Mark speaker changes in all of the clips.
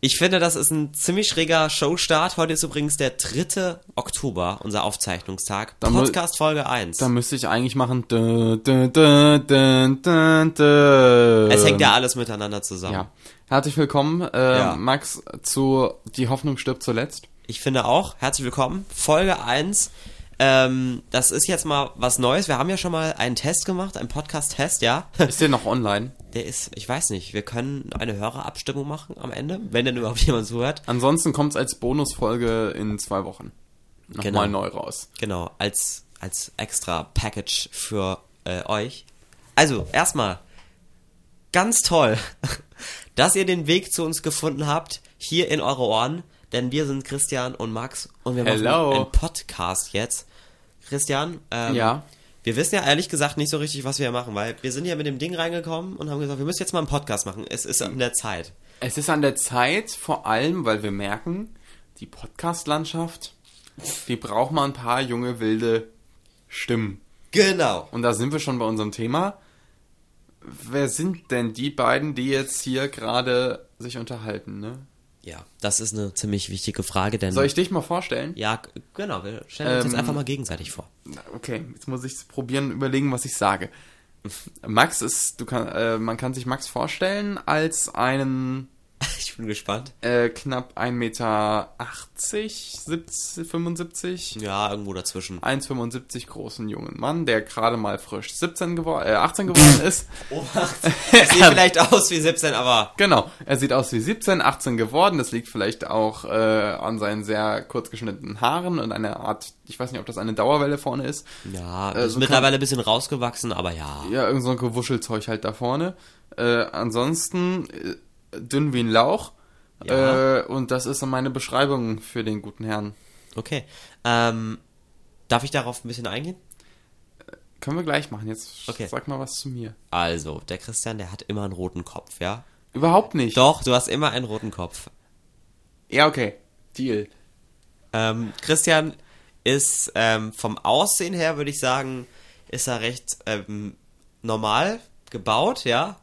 Speaker 1: Ich finde, das ist ein ziemlich schräger Showstart. Heute ist übrigens der 3. Oktober, unser Aufzeichnungstag.
Speaker 2: mu-
Speaker 1: Podcast Folge 1.
Speaker 2: Da müsste ich eigentlich machen. Dö, dö, dö, dö, dö, dö.
Speaker 1: es hängt ja alles miteinander zusammen.
Speaker 2: Ja. Herzlich willkommen, äh,
Speaker 1: Ja.
Speaker 2: Max, zu Die Hoffnung stirbt zuletzt.
Speaker 1: Ich finde auch, herzlich willkommen. Folge 1. Ähm, das ist jetzt mal was Neues. Wir haben ja schon mal einen Test gemacht, einen Podcast-Test, ja.
Speaker 2: Ist der noch online?
Speaker 1: Der ist, ich weiß nicht, wir können eine Hörerabstimmung machen am Ende, wenn denn überhaupt jemand zuhört.
Speaker 2: Ansonsten kommt's als Bonusfolge in zwei Wochen.
Speaker 1: Genau.
Speaker 2: Nochmal neu raus.
Speaker 1: Genau, als, als extra Package für äh, euch. Also, erstmal, ganz toll, dass ihr den Weg zu uns gefunden habt, hier in eure Ohren, denn wir sind Christian und Max und wir
Speaker 2: Hello.
Speaker 1: machen einen Podcast jetzt. Christian, ähm,
Speaker 2: Ja.
Speaker 1: wir wissen ja ehrlich gesagt nicht so richtig, was wir hier machen, weil wir sind ja mit dem Ding reingekommen und haben gesagt, wir müssen jetzt mal einen Podcast machen. Es ist an der Zeit.
Speaker 2: Es ist an der Zeit, vor allem, weil wir merken, die Podcast-Landschaft, die braucht mal ein paar junge, wilde Stimmen.
Speaker 1: Genau.
Speaker 2: Und da sind wir schon bei unserem Thema. Wer sind denn die beiden, die jetzt hier gerade sich unterhalten, ne?
Speaker 1: Ja, das ist eine ziemlich wichtige Frage, denn.
Speaker 2: Soll ich dich mal vorstellen?
Speaker 1: ja, g- genau, wir stellen uns
Speaker 2: Ähm,
Speaker 1: jetzt einfach mal gegenseitig vor.
Speaker 2: Okay, jetzt muss ich probieren, überlegen, was ich sage. Max ist, du kann, äh, man kann sich Max vorstellen als einen
Speaker 1: Ich bin gespannt.
Speaker 2: äh, knapp 1,80 Meter, 70, 75,
Speaker 1: Ja, irgendwo dazwischen.
Speaker 2: 1,75 großen jungen Mann, der gerade mal frisch 17 geworden, äh, 18 geworden ist.
Speaker 1: Obacht. Sieht vielleicht aus wie 17, aber
Speaker 2: Genau, er sieht aus wie 17, 18 geworden. Das liegt vielleicht auch äh, an seinen sehr kurz geschnittenen Haaren und einer Art, ich weiß nicht, ob das eine Dauerwelle vorne ist.
Speaker 1: ja,
Speaker 2: Äh,
Speaker 1: ist
Speaker 2: so
Speaker 1: mittlerweile ein bisschen rausgewachsen, aber ja.
Speaker 2: Ja, irgend so ein Gewuschelzeug halt da vorne. Äh, ansonsten äh, dünn wie ein Lauch.
Speaker 1: Ja.
Speaker 2: Äh, und das ist so meine Beschreibung für den guten Herrn.
Speaker 1: Okay. Ähm, darf ich darauf ein bisschen eingehen?
Speaker 2: Können wir gleich machen. Jetzt
Speaker 1: Okay.
Speaker 2: sag mal was zu mir.
Speaker 1: Also, der Christian, der hat immer einen roten Kopf, ja?
Speaker 2: Überhaupt nicht.
Speaker 1: Doch, du hast immer einen roten Kopf.
Speaker 2: Ja, okay. Deal.
Speaker 1: Ähm, Christian ist ähm, vom Aussehen her, würde ich sagen, ist er recht ähm, normal gebaut, ja.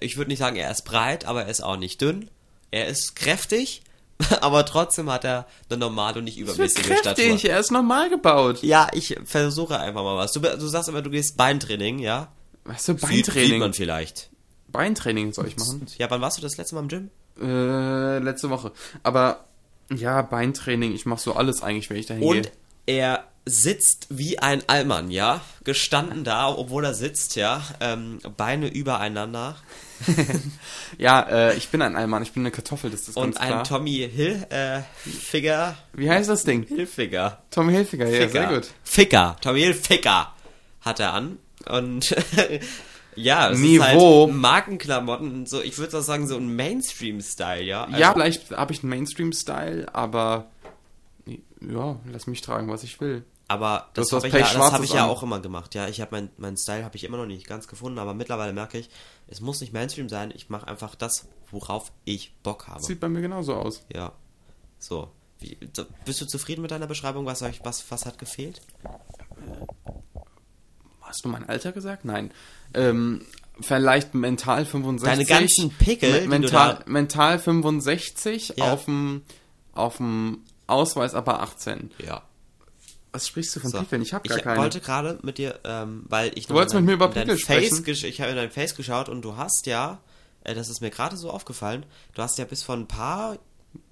Speaker 1: Ich würde nicht sagen, er ist breit, aber er ist auch nicht dünn. Er ist kräftig, aber trotzdem hat er eine normale und nicht übermäßige Statur.
Speaker 2: Kräftig, er ist normal gebaut.
Speaker 1: Ja, ich versuche einfach mal was. Du, du sagst immer, du gehst Beintraining, ja?
Speaker 2: Weißt du,
Speaker 1: Sieht- Sieht
Speaker 2: Beintraining.
Speaker 1: man vielleicht.
Speaker 2: Beintraining soll ich machen.
Speaker 1: Ja, wann warst du das letzte Mal im Gym?
Speaker 2: Äh, letzte Woche. Aber ja, Beintraining, ich mache so alles eigentlich, wenn ich dahin
Speaker 1: Und
Speaker 2: gehe.
Speaker 1: er sitzt wie ein Allmann, ja? Gestanden da, obwohl er sitzt, ja? Ähm, Beine übereinander.
Speaker 2: Ja, äh, ich bin ein Allmann, ich bin eine Kartoffel, das ist
Speaker 1: Und
Speaker 2: ganz klar.
Speaker 1: ein Tommy Hill, äh, Figger,
Speaker 2: Wie heißt das Ding?
Speaker 1: Hilfiger.
Speaker 2: Tom Hilfiger, ja, sehr gut.
Speaker 1: Ficker, Tommy Hill Ficker hat er an. Und ja, es
Speaker 2: Niveau.
Speaker 1: ist halt Markenklamotten, so, ich würde sagen, so ein Mainstream-Style, ja? Also,
Speaker 2: ja, vielleicht habe ich einen Mainstream-Style, aber ja, lass mich tragen, was ich will.
Speaker 1: Aber das,
Speaker 2: Du hast
Speaker 1: habe ich,
Speaker 2: was
Speaker 1: ja, das hab
Speaker 2: Pechschwarzes
Speaker 1: ich ja
Speaker 2: an.
Speaker 1: auch immer gemacht. Ja, ich habe mein, meinen Style habe ich immer noch nicht ganz gefunden, aber mittlerweile merke ich, es muss nicht Mainstream sein. Ich mache einfach das, worauf ich Bock habe.
Speaker 2: Sieht bei mir genauso aus.
Speaker 1: Ja. So. Wie, so. Bist du zufrieden mit deiner Beschreibung? Was, euch, was, was hat gefehlt?
Speaker 2: Hast du mein Alter gesagt? Nein. Ähm, vielleicht mental 65.
Speaker 1: Deine ganzen Pickel,
Speaker 2: Me-
Speaker 1: die du
Speaker 2: mental,
Speaker 1: da-
Speaker 2: mental 65
Speaker 1: Ja.
Speaker 2: auf dem auf dem Ausweis aber 18.
Speaker 1: Ja.
Speaker 2: Was sprichst du von Pickeln? Ich habe gar keine.
Speaker 1: wollte gerade mit dir, ähm, weil ich... Du
Speaker 2: wolltest mit mir über Pickel
Speaker 1: Face
Speaker 2: sprechen?
Speaker 1: gesch- Ich habe in dein Face geschaut und du hast ja, äh, das ist mir gerade so aufgefallen, du hast ja bis vor ein paar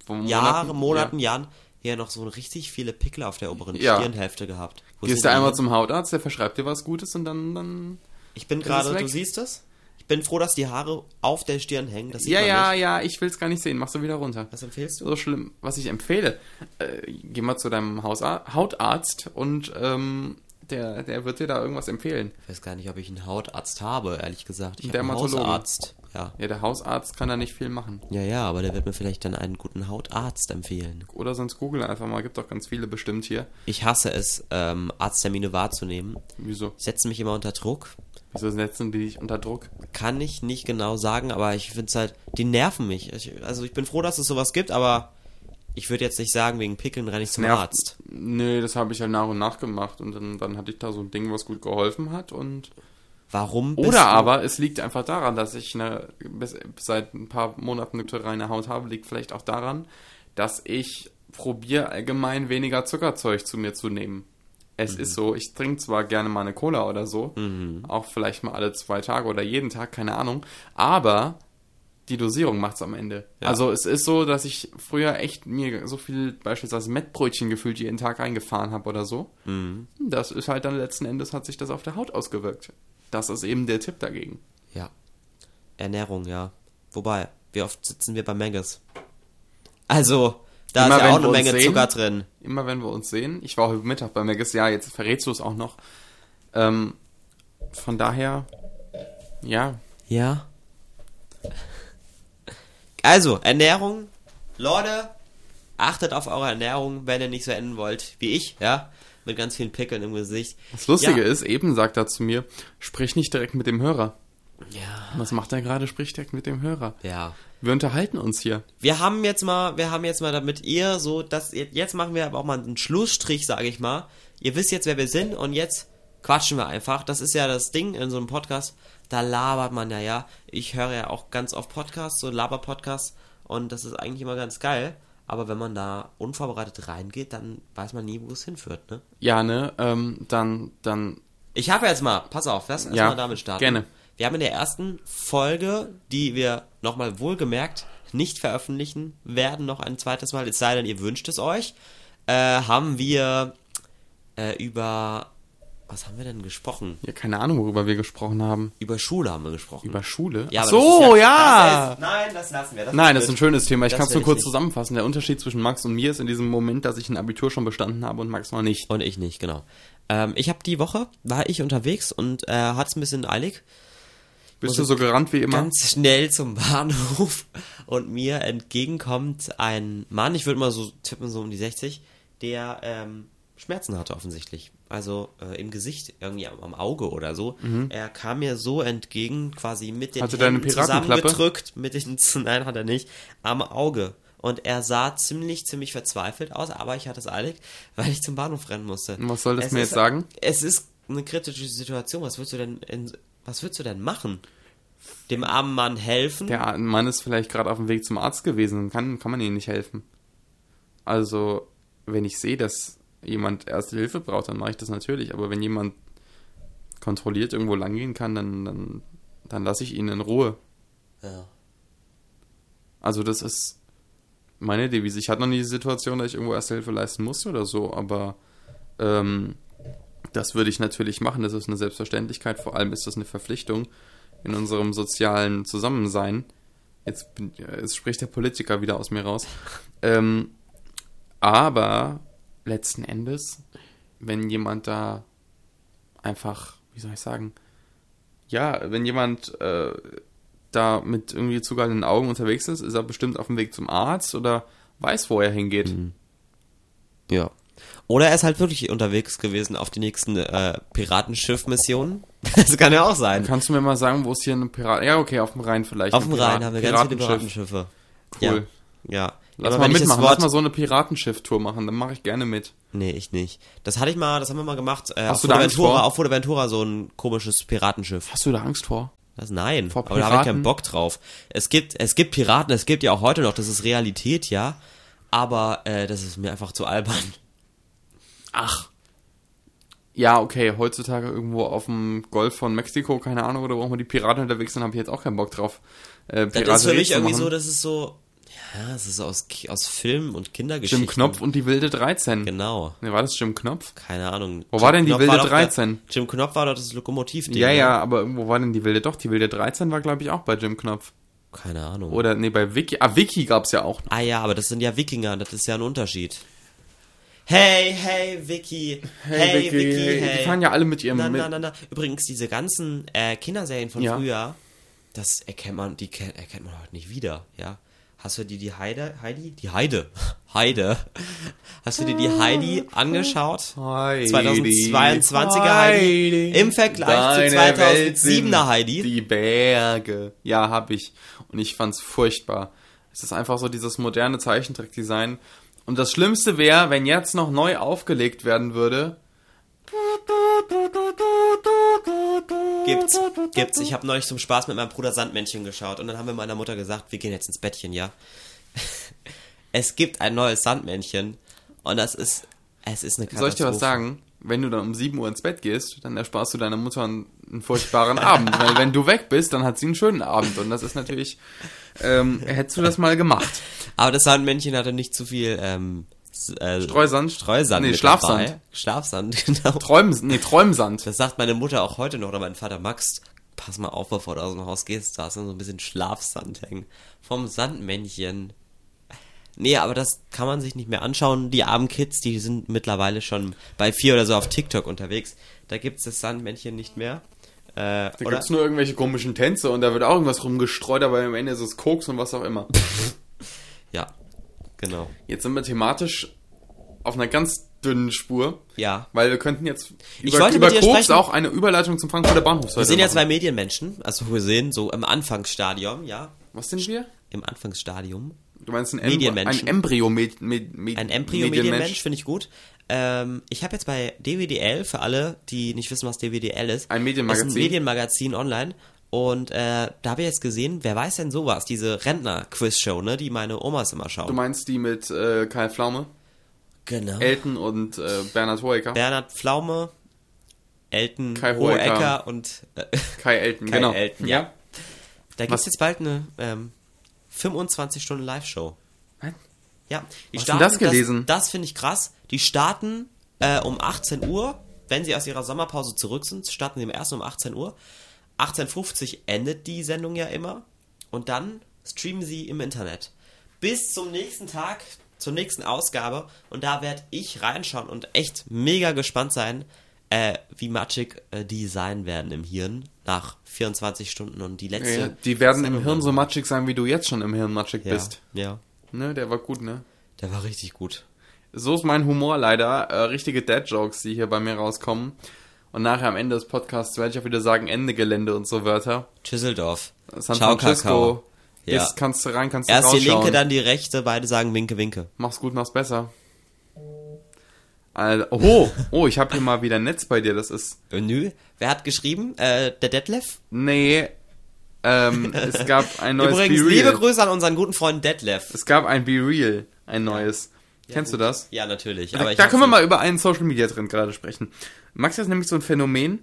Speaker 2: Von Monaten-
Speaker 1: Jahre,
Speaker 2: ja.
Speaker 1: Monaten, Jahren ja noch so richtig viele Pickel auf der oberen
Speaker 2: Ja.
Speaker 1: Stirnhälfte gehabt. Wo
Speaker 2: Gehst
Speaker 1: sind
Speaker 2: du
Speaker 1: die
Speaker 2: einmal
Speaker 1: hin?
Speaker 2: zum Hautarzt, der verschreibt dir was Gutes und dann. dann
Speaker 1: Ich bin
Speaker 2: Ist
Speaker 1: gerade,
Speaker 2: es weg?
Speaker 1: du siehst es? Ich bin froh, dass die Haare auf der Stirn hängen. Das sieht
Speaker 2: ja,
Speaker 1: man
Speaker 2: ja,
Speaker 1: nicht.
Speaker 2: ja, ich will's gar nicht sehen. Machst du wieder runter.
Speaker 1: Was empfehlst du?
Speaker 2: so schlimm. Was ich empfehle, äh, geh mal zu deinem Hausar Hautarzt und ähm, der, der wird dir da irgendwas empfehlen.
Speaker 1: Ich weiß gar nicht, ob ich einen Hautarzt habe, ehrlich gesagt. Ich
Speaker 2: Einen
Speaker 1: habe einen
Speaker 2: Dermatologen.
Speaker 1: Hausarzt. Ja.
Speaker 2: Ja, der Hausarzt kann da nicht viel machen.
Speaker 1: ja, ja, aber der wird mir vielleicht dann einen guten Hautarzt empfehlen.
Speaker 2: Oder sonst google einfach mal, gibt doch ganz viele bestimmt hier.
Speaker 1: Ich hasse es, ähm, Arzttermine wahrzunehmen.
Speaker 2: Wieso?
Speaker 1: Ich setze mich immer unter Druck.
Speaker 2: Wieso setzen die dich unter Druck?
Speaker 1: Kann ich nicht genau sagen, aber ich finde es halt, die nerven mich. Ich, also ich bin froh, dass es sowas gibt, aber ich würde jetzt nicht sagen, wegen Pickeln renne ich zum
Speaker 2: nervt.
Speaker 1: Arzt.
Speaker 2: Nee, das habe ich halt nach und nach gemacht und dann, dann hatte ich da so ein Ding, was gut geholfen hat und
Speaker 1: Warum bist
Speaker 2: Oder
Speaker 1: du-
Speaker 2: aber es liegt einfach daran, dass ich eine, bis, seit ein paar Monaten eine reine Haut habe, liegt vielleicht auch daran, dass ich probiere allgemein weniger Zuckerzeug zu mir zu nehmen. Es ist so, ich trinke zwar gerne mal eine Cola oder so, auch vielleicht mal alle zwei Tage oder jeden Tag, keine Ahnung, aber die Dosierung macht's am Ende.
Speaker 1: Ja.
Speaker 2: Also es ist so, dass ich früher echt mir so viel beispielsweise Mettbrötchen gefühlt jeden Tag eingefahren habe oder so. Das ist halt dann letzten Endes hat sich das auf der Haut ausgewirkt. Das ist eben der Tipp dagegen.
Speaker 1: Ja. Ernährung, ja. Wobei, wie oft sitzen wir bei Menges? Also, da
Speaker 2: Immer
Speaker 1: ist ja
Speaker 2: wenn
Speaker 1: auch eine
Speaker 2: wir uns
Speaker 1: Menge
Speaker 2: sehen.
Speaker 1: Zucker drin.
Speaker 2: Immer wenn wir uns sehen, ich war heute Mittag bei Megas, ja, jetzt verrätst du es auch noch. Ähm, von daher, ja,
Speaker 1: Ja. Also, Ernährung. Leute, achtet auf eure Ernährung, wenn ihr nicht so enden wollt wie ich, ja? Mit ganz vielen Pickeln im Gesicht.
Speaker 2: das Lustige
Speaker 1: ja.
Speaker 2: ist, eben sagt er zu mir, sprich nicht direkt mit dem Hörer.
Speaker 1: Ja.
Speaker 2: Was macht er gerade? Sprich direkt mit dem Hörer.
Speaker 1: Ja.
Speaker 2: Wir unterhalten uns hier.
Speaker 1: Wir haben jetzt mal, wir haben jetzt mal, damit ihr so, dass ihr- jetzt machen wir aber auch mal einen Schlussstrich, sage ich mal. Ihr wisst jetzt, wer wir sind und jetzt quatschen wir einfach. Das ist ja das Ding in so einem Podcast. Da labert man ja, ja. Ich höre ja auch ganz oft Podcasts, so Laber-Podcasts und das ist eigentlich immer ganz geil. Aber wenn man da unvorbereitet reingeht, dann weiß man nie, wo es hinführt, ne?
Speaker 2: Ja, ne, ähm, dann, dann,
Speaker 1: Ich habe jetzt mal, pass auf, lass uns
Speaker 2: Ja,
Speaker 1: mal damit starten.
Speaker 2: gerne.
Speaker 1: Wir haben in der ersten Folge, die wir nochmal wohlgemerkt nicht veröffentlichen werden, noch ein zweites Mal, es sei denn, ihr wünscht es euch, äh, haben wir äh, über, was haben wir denn gesprochen?
Speaker 2: ja, keine Ahnung, worüber wir gesprochen haben.
Speaker 1: Über Schule haben wir gesprochen.
Speaker 2: Über Schule?
Speaker 1: Ja,
Speaker 2: Ach
Speaker 1: aber
Speaker 2: so,
Speaker 1: das ist
Speaker 2: ja!
Speaker 1: Das ist, nein, das lassen wir.
Speaker 2: Nein, das ist
Speaker 1: wird-
Speaker 2: ein schönes Thema. Ich
Speaker 1: das
Speaker 2: kann es
Speaker 1: will
Speaker 2: nur kurz
Speaker 1: nicht.
Speaker 2: zusammenfassen. Der Unterschied zwischen Max und mir ist in diesem Moment, dass ich ein Abitur schon bestanden habe und Max noch nicht.
Speaker 1: Und ich nicht, genau. Ähm, ich habe die Woche, war ich unterwegs und äh, hatte es ein bisschen eilig.
Speaker 2: Bist du so gerannt wie immer?
Speaker 1: ganz schnell zum Bahnhof und mir entgegenkommt ein Mann, ich würde mal so tippen, so um die 60, der ähm, Schmerzen hatte offensichtlich. Also äh, im Gesicht, irgendwie am, am Auge oder so. Er kam mir so entgegen, quasi mit den
Speaker 2: Mhm. Hatte deine Piratenklappe?
Speaker 1: zusammengedrückt, mit den, nein, hat er nicht, am Auge. Und er sah ziemlich, ziemlich verzweifelt aus, aber ich hatte es eilig, weil ich zum Bahnhof rennen musste.
Speaker 2: Und was soll das
Speaker 1: Es
Speaker 2: mir
Speaker 1: ist-
Speaker 2: jetzt sagen?
Speaker 1: Es ist eine kritische Situation. Was würdest du denn, in, was würdest du denn machen? Dem armen Mann helfen?
Speaker 2: Der Mann ist vielleicht gerade auf dem Weg zum Arzt gewesen und kann, kann man ihm nicht helfen. Also, wenn ich sehe, dass jemand erste Hilfe braucht, dann mache ich das natürlich. Aber wenn jemand kontrolliert irgendwo langgehen kann, dann, dann, dann lasse ich ihn in Ruhe.
Speaker 1: Ja.
Speaker 2: Also das ist meine Devise. Ich hatte noch nie die Situation, dass ich irgendwo erste Hilfe leisten musste oder so, aber ähm, das würde ich natürlich machen. Das ist eine Selbstverständlichkeit. Vor allem ist das eine Verpflichtung in unserem sozialen Zusammensein. Jetzt, bin, jetzt spricht der Politiker wieder aus mir raus. Ähm, aber letzten Endes, wenn jemand da einfach, wie soll ich sagen, ja, wenn jemand äh, da mit irgendwie zugehaltenen Augen unterwegs ist, ist er bestimmt auf dem Weg zum Arzt oder weiß, wo er hingeht.
Speaker 1: Mhm. ja. Oder er ist halt wirklich unterwegs gewesen auf die nächsten äh, Piratenschiff-Missionen. Das kann ja auch sein.
Speaker 2: Kannst du mir mal sagen, wo es hier eine Pirat... Ja, okay, auf dem Rhein vielleicht.
Speaker 1: Auf
Speaker 2: ein
Speaker 1: dem
Speaker 2: Pirat-
Speaker 1: Rhein haben wir ganz viele
Speaker 2: Piratenschiff.
Speaker 1: Piratenschiffe.
Speaker 2: Cool.
Speaker 1: Ja. ja.
Speaker 2: Lass
Speaker 1: Immer
Speaker 2: mal
Speaker 1: wenn ich das
Speaker 2: mitmachen,
Speaker 1: Wort-
Speaker 2: lass mal so eine Piratenschiff-Tour machen, dann mache ich gerne mit.
Speaker 1: Nee, ich nicht. Das hatte ich mal, das haben wir mal gemacht. Äh,
Speaker 2: Hast
Speaker 1: auf
Speaker 2: du da Angst
Speaker 1: Fuerteventura-
Speaker 2: vor?
Speaker 1: Auf Fuerteventura so ein komisches Piratenschiff.
Speaker 2: Hast du da Angst vor?
Speaker 1: Das nein,
Speaker 2: Vor
Speaker 1: aber da habe ich
Speaker 2: Piraten?
Speaker 1: keinen Bock drauf. Es gibt, es gibt Piraten, es gibt ja auch heute noch, das ist Realität, ja. Aber äh, das ist mir einfach zu albern.
Speaker 2: Ach. Ja, okay, heutzutage irgendwo auf dem Golf von Mexiko, keine Ahnung, oder wo auch immer die Piraten unterwegs sind, habe ich jetzt auch keinen Bock drauf.
Speaker 1: Das
Speaker 2: Äh,
Speaker 1: ist für
Speaker 2: Piraterie
Speaker 1: mich
Speaker 2: zu
Speaker 1: irgendwie
Speaker 2: machen.
Speaker 1: so, das ist so, ja, es ist aus, Ki- aus Filmen und Kindergeschichten.
Speaker 2: Jim Knopf und die wilde 13.
Speaker 1: Genau.
Speaker 2: Ne, war das Jim Knopf?
Speaker 1: Keine Ahnung.
Speaker 2: Wo war denn die wilde
Speaker 1: doch
Speaker 2: 13?
Speaker 1: Der, Jim Knopf war doch das Lokomotivding.
Speaker 2: Ja,
Speaker 1: ne?
Speaker 2: ja, aber wo war denn die wilde? Doch, die wilde 13 war, glaube ich, auch bei Jim Knopf.
Speaker 1: Keine Ahnung.
Speaker 2: Oder, nee, bei Vicky. Ah, Vicky gab's ja auch. noch.
Speaker 1: Ah ja, aber das sind ja Wikinger, das ist ja ein Unterschied. Hey, hey, Vicky. Hey, Vicky, hey.
Speaker 2: Die fahren ja alle mit ihrem
Speaker 1: Na,
Speaker 2: mit.
Speaker 1: na, na, na. Übrigens, diese ganzen äh, Kinderserien von
Speaker 2: Ja.
Speaker 1: früher, das erkennt man, die ken- erkennt man heute nicht wieder, ja. Hast du dir die Heide, Heidi? Die Heide. Heide. Hast du dir die Heidi angeschaut?
Speaker 2: Heidi,
Speaker 1: 2022er Heidi. Im Vergleich zu
Speaker 2: deine Welt sind
Speaker 1: 2007er Heidi.
Speaker 2: Die Berge. Ja, hab ich. Und ich fand's furchtbar. Es ist einfach so dieses moderne Zeichentrickdesign. Und das Schlimmste wäre, wenn jetzt noch neu aufgelegt werden würde.
Speaker 1: Gibt's, gibt's. Ich habe neulich zum Spaß mit meinem Bruder Sandmännchen geschaut und dann haben wir meiner Mutter gesagt, wir gehen jetzt ins Bettchen, ja. es gibt ein neues Sandmännchen und das ist, es ist eine
Speaker 2: Soll ich dir was sagen? Wenn du dann um 7 Uhr ins Bett gehst, dann ersparst du deiner Mutter einen, einen furchtbaren Abend. Weil wenn du weg bist, dann hat sie einen schönen Abend. Und das ist natürlich, ähm, hättest du das mal gemacht.
Speaker 1: Aber das Sandmännchen hatte nicht zu viel ähm, S- äh,
Speaker 2: Streusand?
Speaker 1: Streusand
Speaker 2: Nee,
Speaker 1: mit
Speaker 2: Schlafsand.
Speaker 1: dabei. Schlafsand, genau.
Speaker 2: Träum, nee, Träumsand.
Speaker 1: Das sagt meine Mutter auch heute noch oder mein Vater Max. Pass mal auf, bevor du aus dem Haus gehst, da ist noch so ein bisschen Schlafsand hängen. Vom Sandmännchen. Nee, aber das kann man sich nicht mehr anschauen. Die armen Kids, die sind mittlerweile schon bei vier oder so auf TikTok unterwegs. Da gibt's das Sandmännchen nicht mehr. Äh,
Speaker 2: Da
Speaker 1: oder?
Speaker 2: gibt's nur irgendwelche komischen Tänze und da wird auch irgendwas rumgestreut, aber am Ende ist es Koks und was auch immer.
Speaker 1: Ja, genau.
Speaker 2: Jetzt sind wir thematisch auf einer ganz dünnen Spur,
Speaker 1: Ja.
Speaker 2: weil wir könnten jetzt über,
Speaker 1: wollte
Speaker 2: über
Speaker 1: mit dir
Speaker 2: Koks
Speaker 1: sprechen.
Speaker 2: auch eine Überleitung zum Frankfurter Bahnhof
Speaker 1: Wir sind jetzt bei Medienmenschen, also wir sind so im Anfangsstadium, ja.
Speaker 2: Was sind wir?
Speaker 1: Im Anfangsstadium.
Speaker 2: Du meinst ein, Embryo,
Speaker 1: Medienmenschen.
Speaker 2: ein Embryo Med, Med, Med,
Speaker 1: Ein Embryo-Medienmensch finde ich gut. Ähm, ich habe jetzt bei DWDL, für alle, die nicht wissen, was DWDL ist,
Speaker 2: Ein Medienmagazin.
Speaker 1: ist ein Medienmagazin online. Und äh, da habe ich jetzt gesehen, wer weiß denn sowas? Diese Rentner-Quiz-Show, ne, die meine Omas immer
Speaker 2: Du
Speaker 1: schauen.
Speaker 2: meinst die mit äh, Karl Pflaume,
Speaker 1: Genau.
Speaker 2: Elton und äh, Bernhard Hoeker?
Speaker 1: Bernhard Pflaume, Elton
Speaker 2: Kai Hoeker.
Speaker 1: Hohecker und äh,
Speaker 2: Kai Elton,
Speaker 1: Kai
Speaker 2: genau.
Speaker 1: Elton, ja. da gibt es jetzt bald eine ähm, 25-Stunden-Live-Show.
Speaker 2: Was?
Speaker 1: Ja, die
Speaker 2: Hast du das gelesen?
Speaker 1: Das, das finde ich krass. Die starten äh, um 18 Uhr, wenn sie aus ihrer Sommerpause zurück sind, starten sie im ersten um 18 Uhr. 18.50 Uhr endet die Sendung ja immer. Und dann streamen sie im Internet. Bis zum nächsten Tag, zur nächsten Ausgabe. Und da werde ich reinschauen und echt mega gespannt sein, äh, wie matschig äh, die sein werden im Hirn nach 24 Stunden. Und die letzte.
Speaker 2: Ja, die werden im Hirn so matschig sein, wie du jetzt schon im Hirn matschig
Speaker 1: ja,
Speaker 2: bist.
Speaker 1: ja,
Speaker 2: Ne, der war gut, ne?
Speaker 1: der war richtig gut.
Speaker 2: So ist mein Humor leider. Äh, richtige Dad-Jokes, die hier bei mir rauskommen. Und nachher am Ende des Podcasts werde ich auch wieder sagen, Ende Gelände und so Wörter.
Speaker 1: Düsseldorf.
Speaker 2: San
Speaker 1: Ciao, Kakao.
Speaker 2: Francisco.
Speaker 1: Ja.
Speaker 2: Jetzt kannst du rein, kannst du
Speaker 1: Erst die linke,
Speaker 2: rausschauen.
Speaker 1: dann die rechte, beide sagen Winke, Winke.
Speaker 2: Mach's gut, mach's besser. Also, oh, oh, ich habe hier mal wieder ein Netz bei dir. Das ist
Speaker 1: Äh, nö. Wer hat geschrieben? Äh, der Detlef?
Speaker 2: Nee, ähm, es gab ein neues
Speaker 1: Übrigens,
Speaker 2: Be Real.
Speaker 1: liebe Grüße an unseren guten Freund Detlef.
Speaker 2: es gab ein Be Real, ein neues. Kennst du das?
Speaker 1: Ja, natürlich.
Speaker 2: Da,
Speaker 1: Aber ich
Speaker 2: da
Speaker 1: hab's
Speaker 2: können wir
Speaker 1: nicht.
Speaker 2: mal über einen Social Media Trend gerade sprechen. Max ist nämlich so ein Phänomen,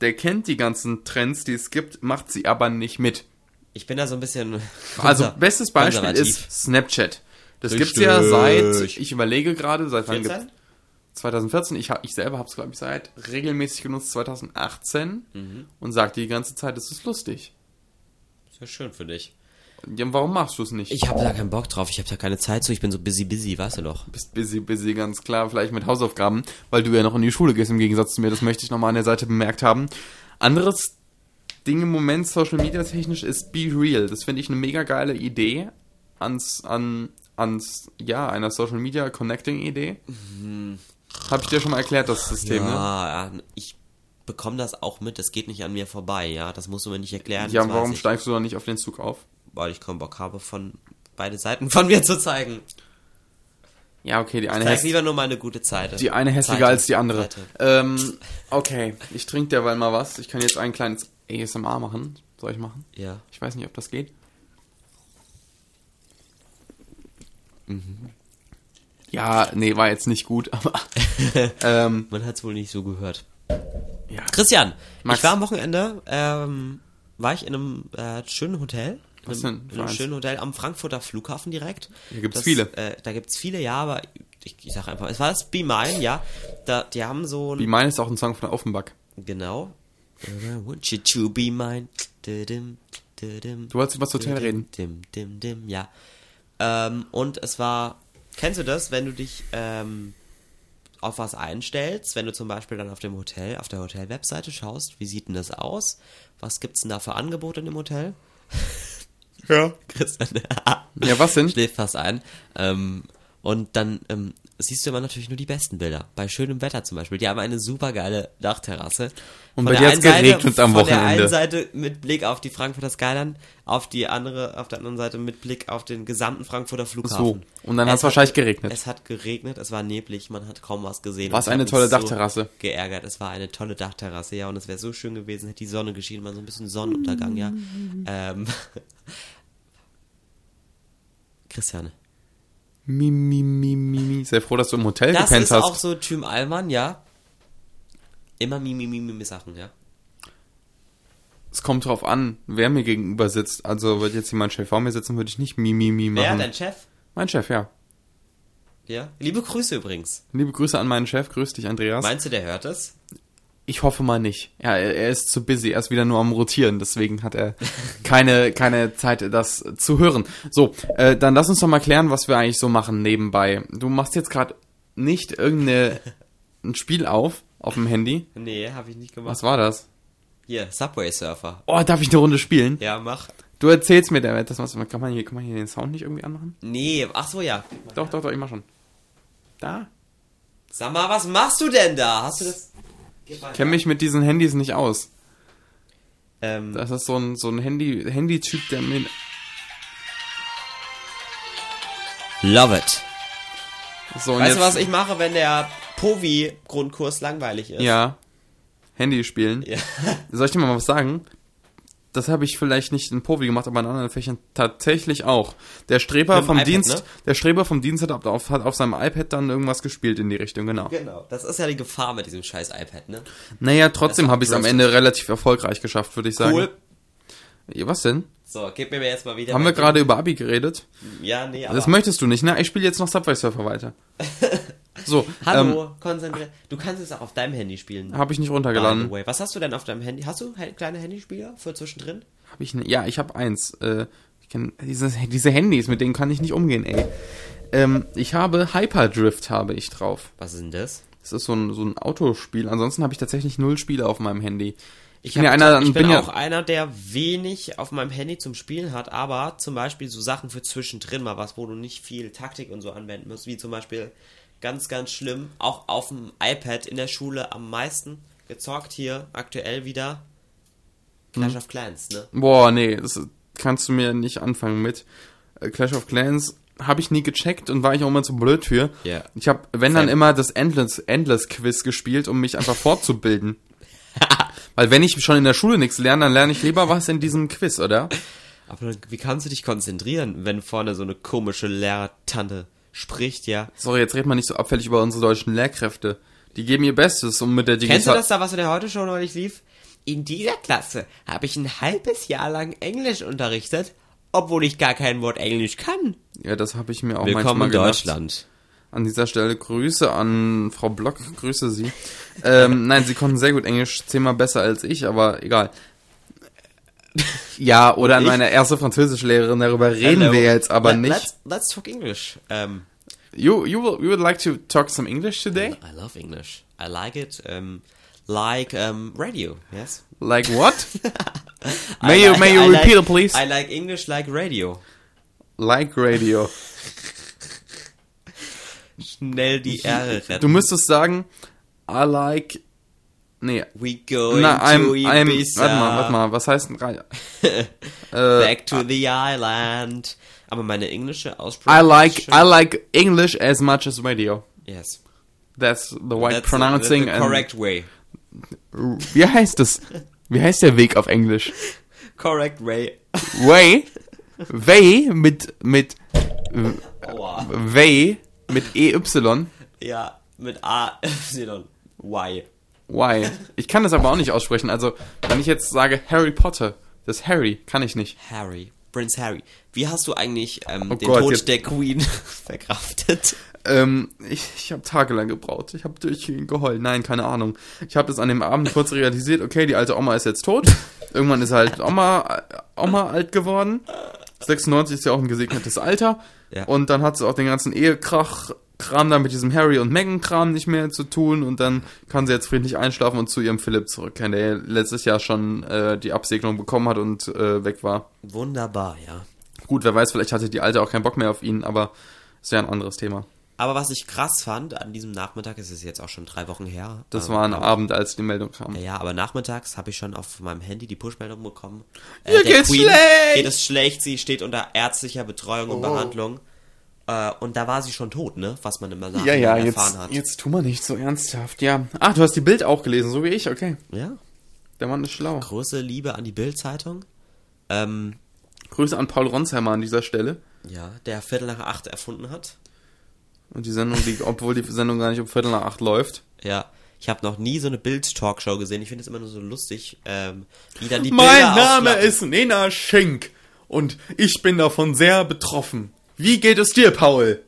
Speaker 2: der kennt die ganzen Trends, die es gibt, macht sie aber nicht mit.
Speaker 1: Ich bin da so ein bisschen.
Speaker 2: Also
Speaker 1: konser-
Speaker 2: bestes Beispiel
Speaker 1: konservativ.
Speaker 2: ist Snapchat. Das
Speaker 1: Richtig.
Speaker 2: gibt's ja seit, ich überlege gerade, seit wann gibt's?
Speaker 1: 14?
Speaker 2: 2014. Ich, ha- ich selber hab's glaube ich seit regelmäßig genutzt 2018
Speaker 1: Mhm.
Speaker 2: und sagte die ganze Zeit, es ist lustig.
Speaker 1: Ist ja schön für dich.
Speaker 2: Ja, warum machst du es nicht?
Speaker 1: Ich habe da keinen Bock drauf. Ich habe da keine Zeit zu. Ich bin so busy, busy, weißt du doch.
Speaker 2: bist busy, busy, ganz klar, vielleicht mit Hausaufgaben, weil du ja noch in die Schule gehst, im Gegensatz zu mir, das möchte ich nochmal an der Seite bemerkt haben. Anderes Ding im Moment, Social Media technisch, ist Be Real. Das finde ich eine mega geile Idee ans, an, ans, ja, einer Social Media Connecting Idee. Habe ich dir schon mal erklärt, das System, ne?
Speaker 1: Mhm. Ja, ja, ich bekomme das auch mit. Das geht nicht an mir vorbei, ja. Das musst du mir nicht erklären.
Speaker 2: Ja,
Speaker 1: das weiß
Speaker 2: warum
Speaker 1: ich.
Speaker 2: steigst du da nicht auf den Zug auf?
Speaker 1: Weil ich keinen Bock habe, von beide Seiten von mir zu zeigen.
Speaker 2: Ja, okay, die eine
Speaker 1: Zeig
Speaker 2: hässliche,
Speaker 1: lieber nur meine gute Zeit.
Speaker 2: die eine hässlicher
Speaker 1: Seite.
Speaker 2: als die andere.
Speaker 1: Seite.
Speaker 2: Ähm, okay, ich trinke derweil mal was. Ich kann jetzt ein kleines ASMR machen. Soll ich machen?
Speaker 1: Ja.
Speaker 2: Ich weiß nicht, ob das geht. Mhm. Ja, nee, war jetzt nicht gut, aber. ähm,
Speaker 1: Man hat es wohl nicht so gehört.
Speaker 2: ja.
Speaker 1: Christian,
Speaker 2: Max.
Speaker 1: ich war am Wochenende, ähm, war ich in einem äh, schönen Hotel. In
Speaker 2: Was
Speaker 1: einem,
Speaker 2: denn für
Speaker 1: In einem
Speaker 2: eins?
Speaker 1: schönen Hotel am Frankfurter Flughafen direkt.
Speaker 2: Hier gibt's
Speaker 1: Das,
Speaker 2: viele.
Speaker 1: Äh, da gibt's viele, ja, aber ich, ich sag einfach, es war das Be Mine, ja. Da, die haben so
Speaker 2: Wie
Speaker 1: ein,
Speaker 2: meine ist auch ein Song von Offenbach.
Speaker 1: genau. I want you to be mine. Du-dum, du-dum,
Speaker 2: Du wolltest über das Hotel
Speaker 1: du-dum,
Speaker 2: reden.
Speaker 1: Dim, dim, dim, ja. Ähm, und es war, kennst du das, wenn du dich ähm, auf was einstellst, wenn du zum Beispiel dann auf dem Hotel, auf der Hotel-Webseite schaust, wie sieht denn das aus? Was gibt's denn da für Angebote in dem Hotel?
Speaker 2: Ja.
Speaker 1: Christian
Speaker 2: Ja, was denn?
Speaker 1: schläft fast ein. Ähm, und dann ähm, siehst du immer natürlich nur die besten Bilder. Bei schönem Wetter zum Beispiel. Die haben eine super geile Dachterrasse. Von
Speaker 2: Und bei
Speaker 1: der
Speaker 2: dir
Speaker 1: einen
Speaker 2: hat's geregnet
Speaker 1: Seite,
Speaker 2: am
Speaker 1: Von der
Speaker 2: Wochenende.
Speaker 1: einen Seite mit Blick auf die Frankfurter Skyline, auf die andere, auf der anderen Seite mit Blick auf den gesamten Frankfurter
Speaker 2: So.
Speaker 1: Flughafen.
Speaker 2: Und dann hat es wahrscheinlich geregnet.
Speaker 1: Es hat geregnet, es war neblig, man hat kaum was gesehen.
Speaker 2: Was
Speaker 1: Und ich
Speaker 2: eine
Speaker 1: hab
Speaker 2: tolle
Speaker 1: mich
Speaker 2: Dachterrasse.
Speaker 1: So geärgert, es war eine tolle Dachterrasse, ja, und es wäre so schön gewesen, hätte die Sonne geschienen, mal so ein bisschen Sonnenuntergang, ja. Ähm, Christiane.
Speaker 2: Mi, mi, mi, mi, mi. Sei froh, dass du im Hotel
Speaker 1: Das
Speaker 2: gepennt
Speaker 1: ist auch
Speaker 2: hast.
Speaker 1: so Typ Allmann, ja. Immer Mimi, Mimi, Mimi Sachen, ja.
Speaker 2: Es kommt drauf an, wer mir gegenüber sitzt. Also, würde jetzt hier mein Chef vor mir sitzen, würde ich nicht mi, mi, mi
Speaker 1: Wer,
Speaker 2: machen.
Speaker 1: dein Chef?
Speaker 2: Mein Chef, ja.
Speaker 1: Ja. Liebe Grüße übrigens.
Speaker 2: Liebe Grüße an meinen Chef. Grüß dich, Andreas.
Speaker 1: Meinst du, der hört es?
Speaker 2: Ich hoffe mal nicht. Ja, er, er ist zu busy. Er ist wieder nur am Rotieren. Deswegen hat er keine, keine Zeit, das zu hören. So, äh, dann lass uns doch mal klären, was wir eigentlich so machen nebenbei. Du machst jetzt gerade nicht irgendein ein Spiel auf, auf dem Handy.
Speaker 1: Nee, habe ich nicht gemacht.
Speaker 2: Was war das?
Speaker 1: Hier, Subway Surfer.
Speaker 2: Oh, darf ich eine Runde spielen?
Speaker 1: Ja, mach.
Speaker 2: Du erzählst mir damit, das was. Kann man hier, kann man hier den Sound nicht irgendwie anmachen?
Speaker 1: Nee, ach so, ja.
Speaker 2: Doch, doch, doch, ich mach schon. Da.
Speaker 1: Sag mal, was machst du denn da? Hast du das... Gib mal
Speaker 2: Kenn
Speaker 1: her.
Speaker 2: mich mit diesen Handys nicht aus.
Speaker 1: Ähm,
Speaker 2: Das ist so ein, so ein Handy, Handy-Typ, der mir.
Speaker 1: Love it.
Speaker 2: So, und
Speaker 1: Weißt du,
Speaker 2: jetzt-
Speaker 1: was ich mache, wenn der Povi-Grundkurs langweilig ist?
Speaker 2: Ja. Handy spielen.
Speaker 1: Ja.
Speaker 2: Soll ich dir mal was sagen? Das habe ich vielleicht nicht in Povi gemacht, aber in anderen Fächern tatsächlich auch. Der Streber
Speaker 1: Mit dem
Speaker 2: vom
Speaker 1: iPad,
Speaker 2: Dienst,
Speaker 1: ne?
Speaker 2: der Streber vom Dienst hat auf, hat auf seinem iPad dann irgendwas gespielt in die Richtung, genau.
Speaker 1: Genau. Das ist ja die Gefahr mit diesem scheiß iPad, ne?
Speaker 2: Naja, trotzdem habe ich es am
Speaker 1: Blödsinn.
Speaker 2: Ende relativ erfolgreich geschafft, würde ich sagen.
Speaker 1: Cool.
Speaker 2: Ja, Was denn?
Speaker 1: So, gib mir jetzt mal wieder...
Speaker 2: Haben wir gerade über Abi geredet?
Speaker 1: Ja, nee, aber...
Speaker 2: Das möchtest du nicht, ne? Ich spiele jetzt noch Subway Surfer weiter. So,
Speaker 1: Hallo, konzentriert. Du kannst es auch auf deinem Handy spielen.
Speaker 2: ähm, habe ich nicht
Speaker 1: By
Speaker 2: runtergeladen.
Speaker 1: the way. Was hast du denn auf deinem Handy? Hast du he- kleine Handyspieler für zwischendrin?
Speaker 2: Hab ich ne, ja, ich habe eins. Äh, ich kenn, dieses, diese Handys, mit denen kann ich nicht umgehen, ey. Ähm, ich habe Hyperdrift habe ich drauf.
Speaker 1: Was ist denn das?
Speaker 2: Das ist so ein, so ein Autospiel. Ansonsten habe ich tatsächlich null Spiele auf meinem Handy.
Speaker 1: Ich,
Speaker 2: bin
Speaker 1: hab-
Speaker 2: ja einer-
Speaker 1: ich bin,
Speaker 2: bin ja-
Speaker 1: auch einer, der wenig auf meinem Handy zum Spielen hat, aber zum Beispiel so Sachen für zwischendrin mal was, wo du nicht viel Taktik und so anwenden musst, wie zum Beispiel ganz, ganz schlimm, auch auf dem iPad in der Schule am meisten gezockt hier aktuell wieder. Clash of Clans, ne?
Speaker 2: Boah, nee, das kannst du mir nicht anfangen mit. Äh, Clash of Clans habe ich nie gecheckt und war ich auch immer zu blöd für.
Speaker 1: Ja.
Speaker 2: Ich habe, wenn dann
Speaker 1: Same.
Speaker 2: immer das Endless, Endless Quiz gespielt, um mich einfach fortzubilden. Weil wenn ich schon in der Schule nichts lerne, dann lerne ich lieber was in diesem Quiz, oder?
Speaker 1: Aber dann- wie kannst du dich konzentrieren, wenn vorne so eine komische Lehrertante spricht, ja?
Speaker 2: Sorry, jetzt red mal nicht so abfällig über unsere deutschen Lehrkräfte. Die geben ihr Bestes, um mit der
Speaker 1: Kennst du
Speaker 2: Digital...
Speaker 1: das da, was in der Heute Show neulich lief? In dieser Klasse habe ich ein halbes Jahr lang Englisch unterrichtet, obwohl ich gar kein Wort Englisch kann.
Speaker 2: Ja, das habe ich mir auch
Speaker 1: Willkommen
Speaker 2: manchmal
Speaker 1: in
Speaker 2: gedacht.
Speaker 1: Deutschland.
Speaker 2: An dieser Stelle Grüße an Frau Block, grüße sie. ähm, nein, sie konnten sehr gut Englisch, zehnmal besser als ich, aber egal. Ja, oder an
Speaker 1: ich?
Speaker 2: meine erste Französischlehrerin, darüber reden wir jetzt aber
Speaker 1: Let-
Speaker 2: nicht.
Speaker 1: Let's, let's talk English. Ähm,
Speaker 2: You, you, will, you would like to talk some English today?
Speaker 1: I love English. I like it. Um, like um, radio, yes?
Speaker 2: Like what?
Speaker 1: I
Speaker 2: May you-
Speaker 1: like-
Speaker 2: may you
Speaker 1: I like-
Speaker 2: repeat it, please?
Speaker 1: I like English like radio.
Speaker 2: like radio.
Speaker 1: Schnell die Ehre retten.
Speaker 2: Du müsstest sagen, I like... Nee,
Speaker 1: We go
Speaker 2: na, I'm,
Speaker 1: to
Speaker 2: I'm...
Speaker 1: Ibiza.
Speaker 2: Warte mal, warte mal, was heißt denn... Radio? äh,
Speaker 1: Back to the island. Aber meine englische Aussprache
Speaker 2: I
Speaker 1: ist
Speaker 2: like,
Speaker 1: schon-
Speaker 2: I like English as much as radio.
Speaker 1: Yes.
Speaker 2: That's the right
Speaker 1: That's the-
Speaker 2: pronouncing.
Speaker 1: the
Speaker 2: and-
Speaker 1: correct way.
Speaker 2: Wie heißt das? Wie heißt der Weg auf Englisch?
Speaker 1: Correct way.
Speaker 2: Way. Way mit mit
Speaker 1: Aua.
Speaker 2: Way mit E EY.
Speaker 1: Ja, mit A, Y, Y.
Speaker 2: Y. Ich kann das aber auch nicht aussprechen. Also, wenn ich jetzt sage Harry Potter, das Harry kann ich nicht.
Speaker 1: Harry. Prince Harry. Wie hast du eigentlich ähm,
Speaker 2: Oh
Speaker 1: den
Speaker 2: Gott,
Speaker 1: Tod
Speaker 2: jetzt-
Speaker 1: der Queen verkraftet?
Speaker 2: Ähm, ich, ich habe tagelang gebraucht. Ich habe durchgehend geheult. Nein, keine Ahnung. Ich habe das an dem Abend kurz realisiert. Okay, die alte Oma ist jetzt tot. Irgendwann ist halt Oma, äh, Oma alt geworden. 96 ist ja auch ein gesegnetes Alter.
Speaker 1: Ja.
Speaker 2: Und dann hat sie auch den ganzen Ehekrach. Kram da mit diesem Harry und Meghan Kram nicht mehr zu tun und dann kann sie jetzt friedlich einschlafen und zu ihrem Philipp zurückkehren, der letztes Jahr schon äh, die Absegnung bekommen hat und äh, weg war.
Speaker 1: Wunderbar, ja.
Speaker 2: Gut, wer weiß, vielleicht hatte die Alte auch keinen Bock mehr auf ihn, aber ist ja ein anderes Thema.
Speaker 1: Aber was ich krass fand an diesem Nachmittag, es ist jetzt auch schon drei Wochen her.
Speaker 2: Das
Speaker 1: ähm,
Speaker 2: war ein
Speaker 1: aber-
Speaker 2: Abend, als die Meldung kam.
Speaker 1: Ja, ja, aber nachmittags habe ich schon auf meinem Handy die Push-Meldung bekommen. äh,
Speaker 2: Ihr
Speaker 1: der
Speaker 2: geht's schlecht! Oh.
Speaker 1: Geht es schlecht, sie steht unter ärztlicher Betreuung und Behandlung. Äh, und da war sie schon tot, ne? Was man immer
Speaker 2: Ja,
Speaker 1: nachher
Speaker 2: ja,
Speaker 1: erfahren
Speaker 2: jetzt,
Speaker 1: hat.
Speaker 2: jetzt tu mal nicht so ernsthaft, ja. Ach, du hast die Bild auch gelesen, so wie ich, okay.
Speaker 1: Ja.
Speaker 2: Der Mann ist schlau.
Speaker 1: Große Liebe an die Bild-Zeitung. Ähm,
Speaker 2: Grüße an Paul Ronsheimer an dieser Stelle.
Speaker 1: ja, der Viertel nach acht erfunden hat.
Speaker 2: Und die Sendung liegt, obwohl die Sendung gar nicht um Viertel nach acht läuft.
Speaker 1: Ja. Ich habe noch nie so eine Bild-Talkshow gesehen. Ich finde es immer nur so lustig, ähm, wie dann die Bilder
Speaker 2: Mein Name
Speaker 1: aufflappen.
Speaker 2: ist Nena Schenk und ich bin davon sehr betroffen. Wie geht es dir, Paul?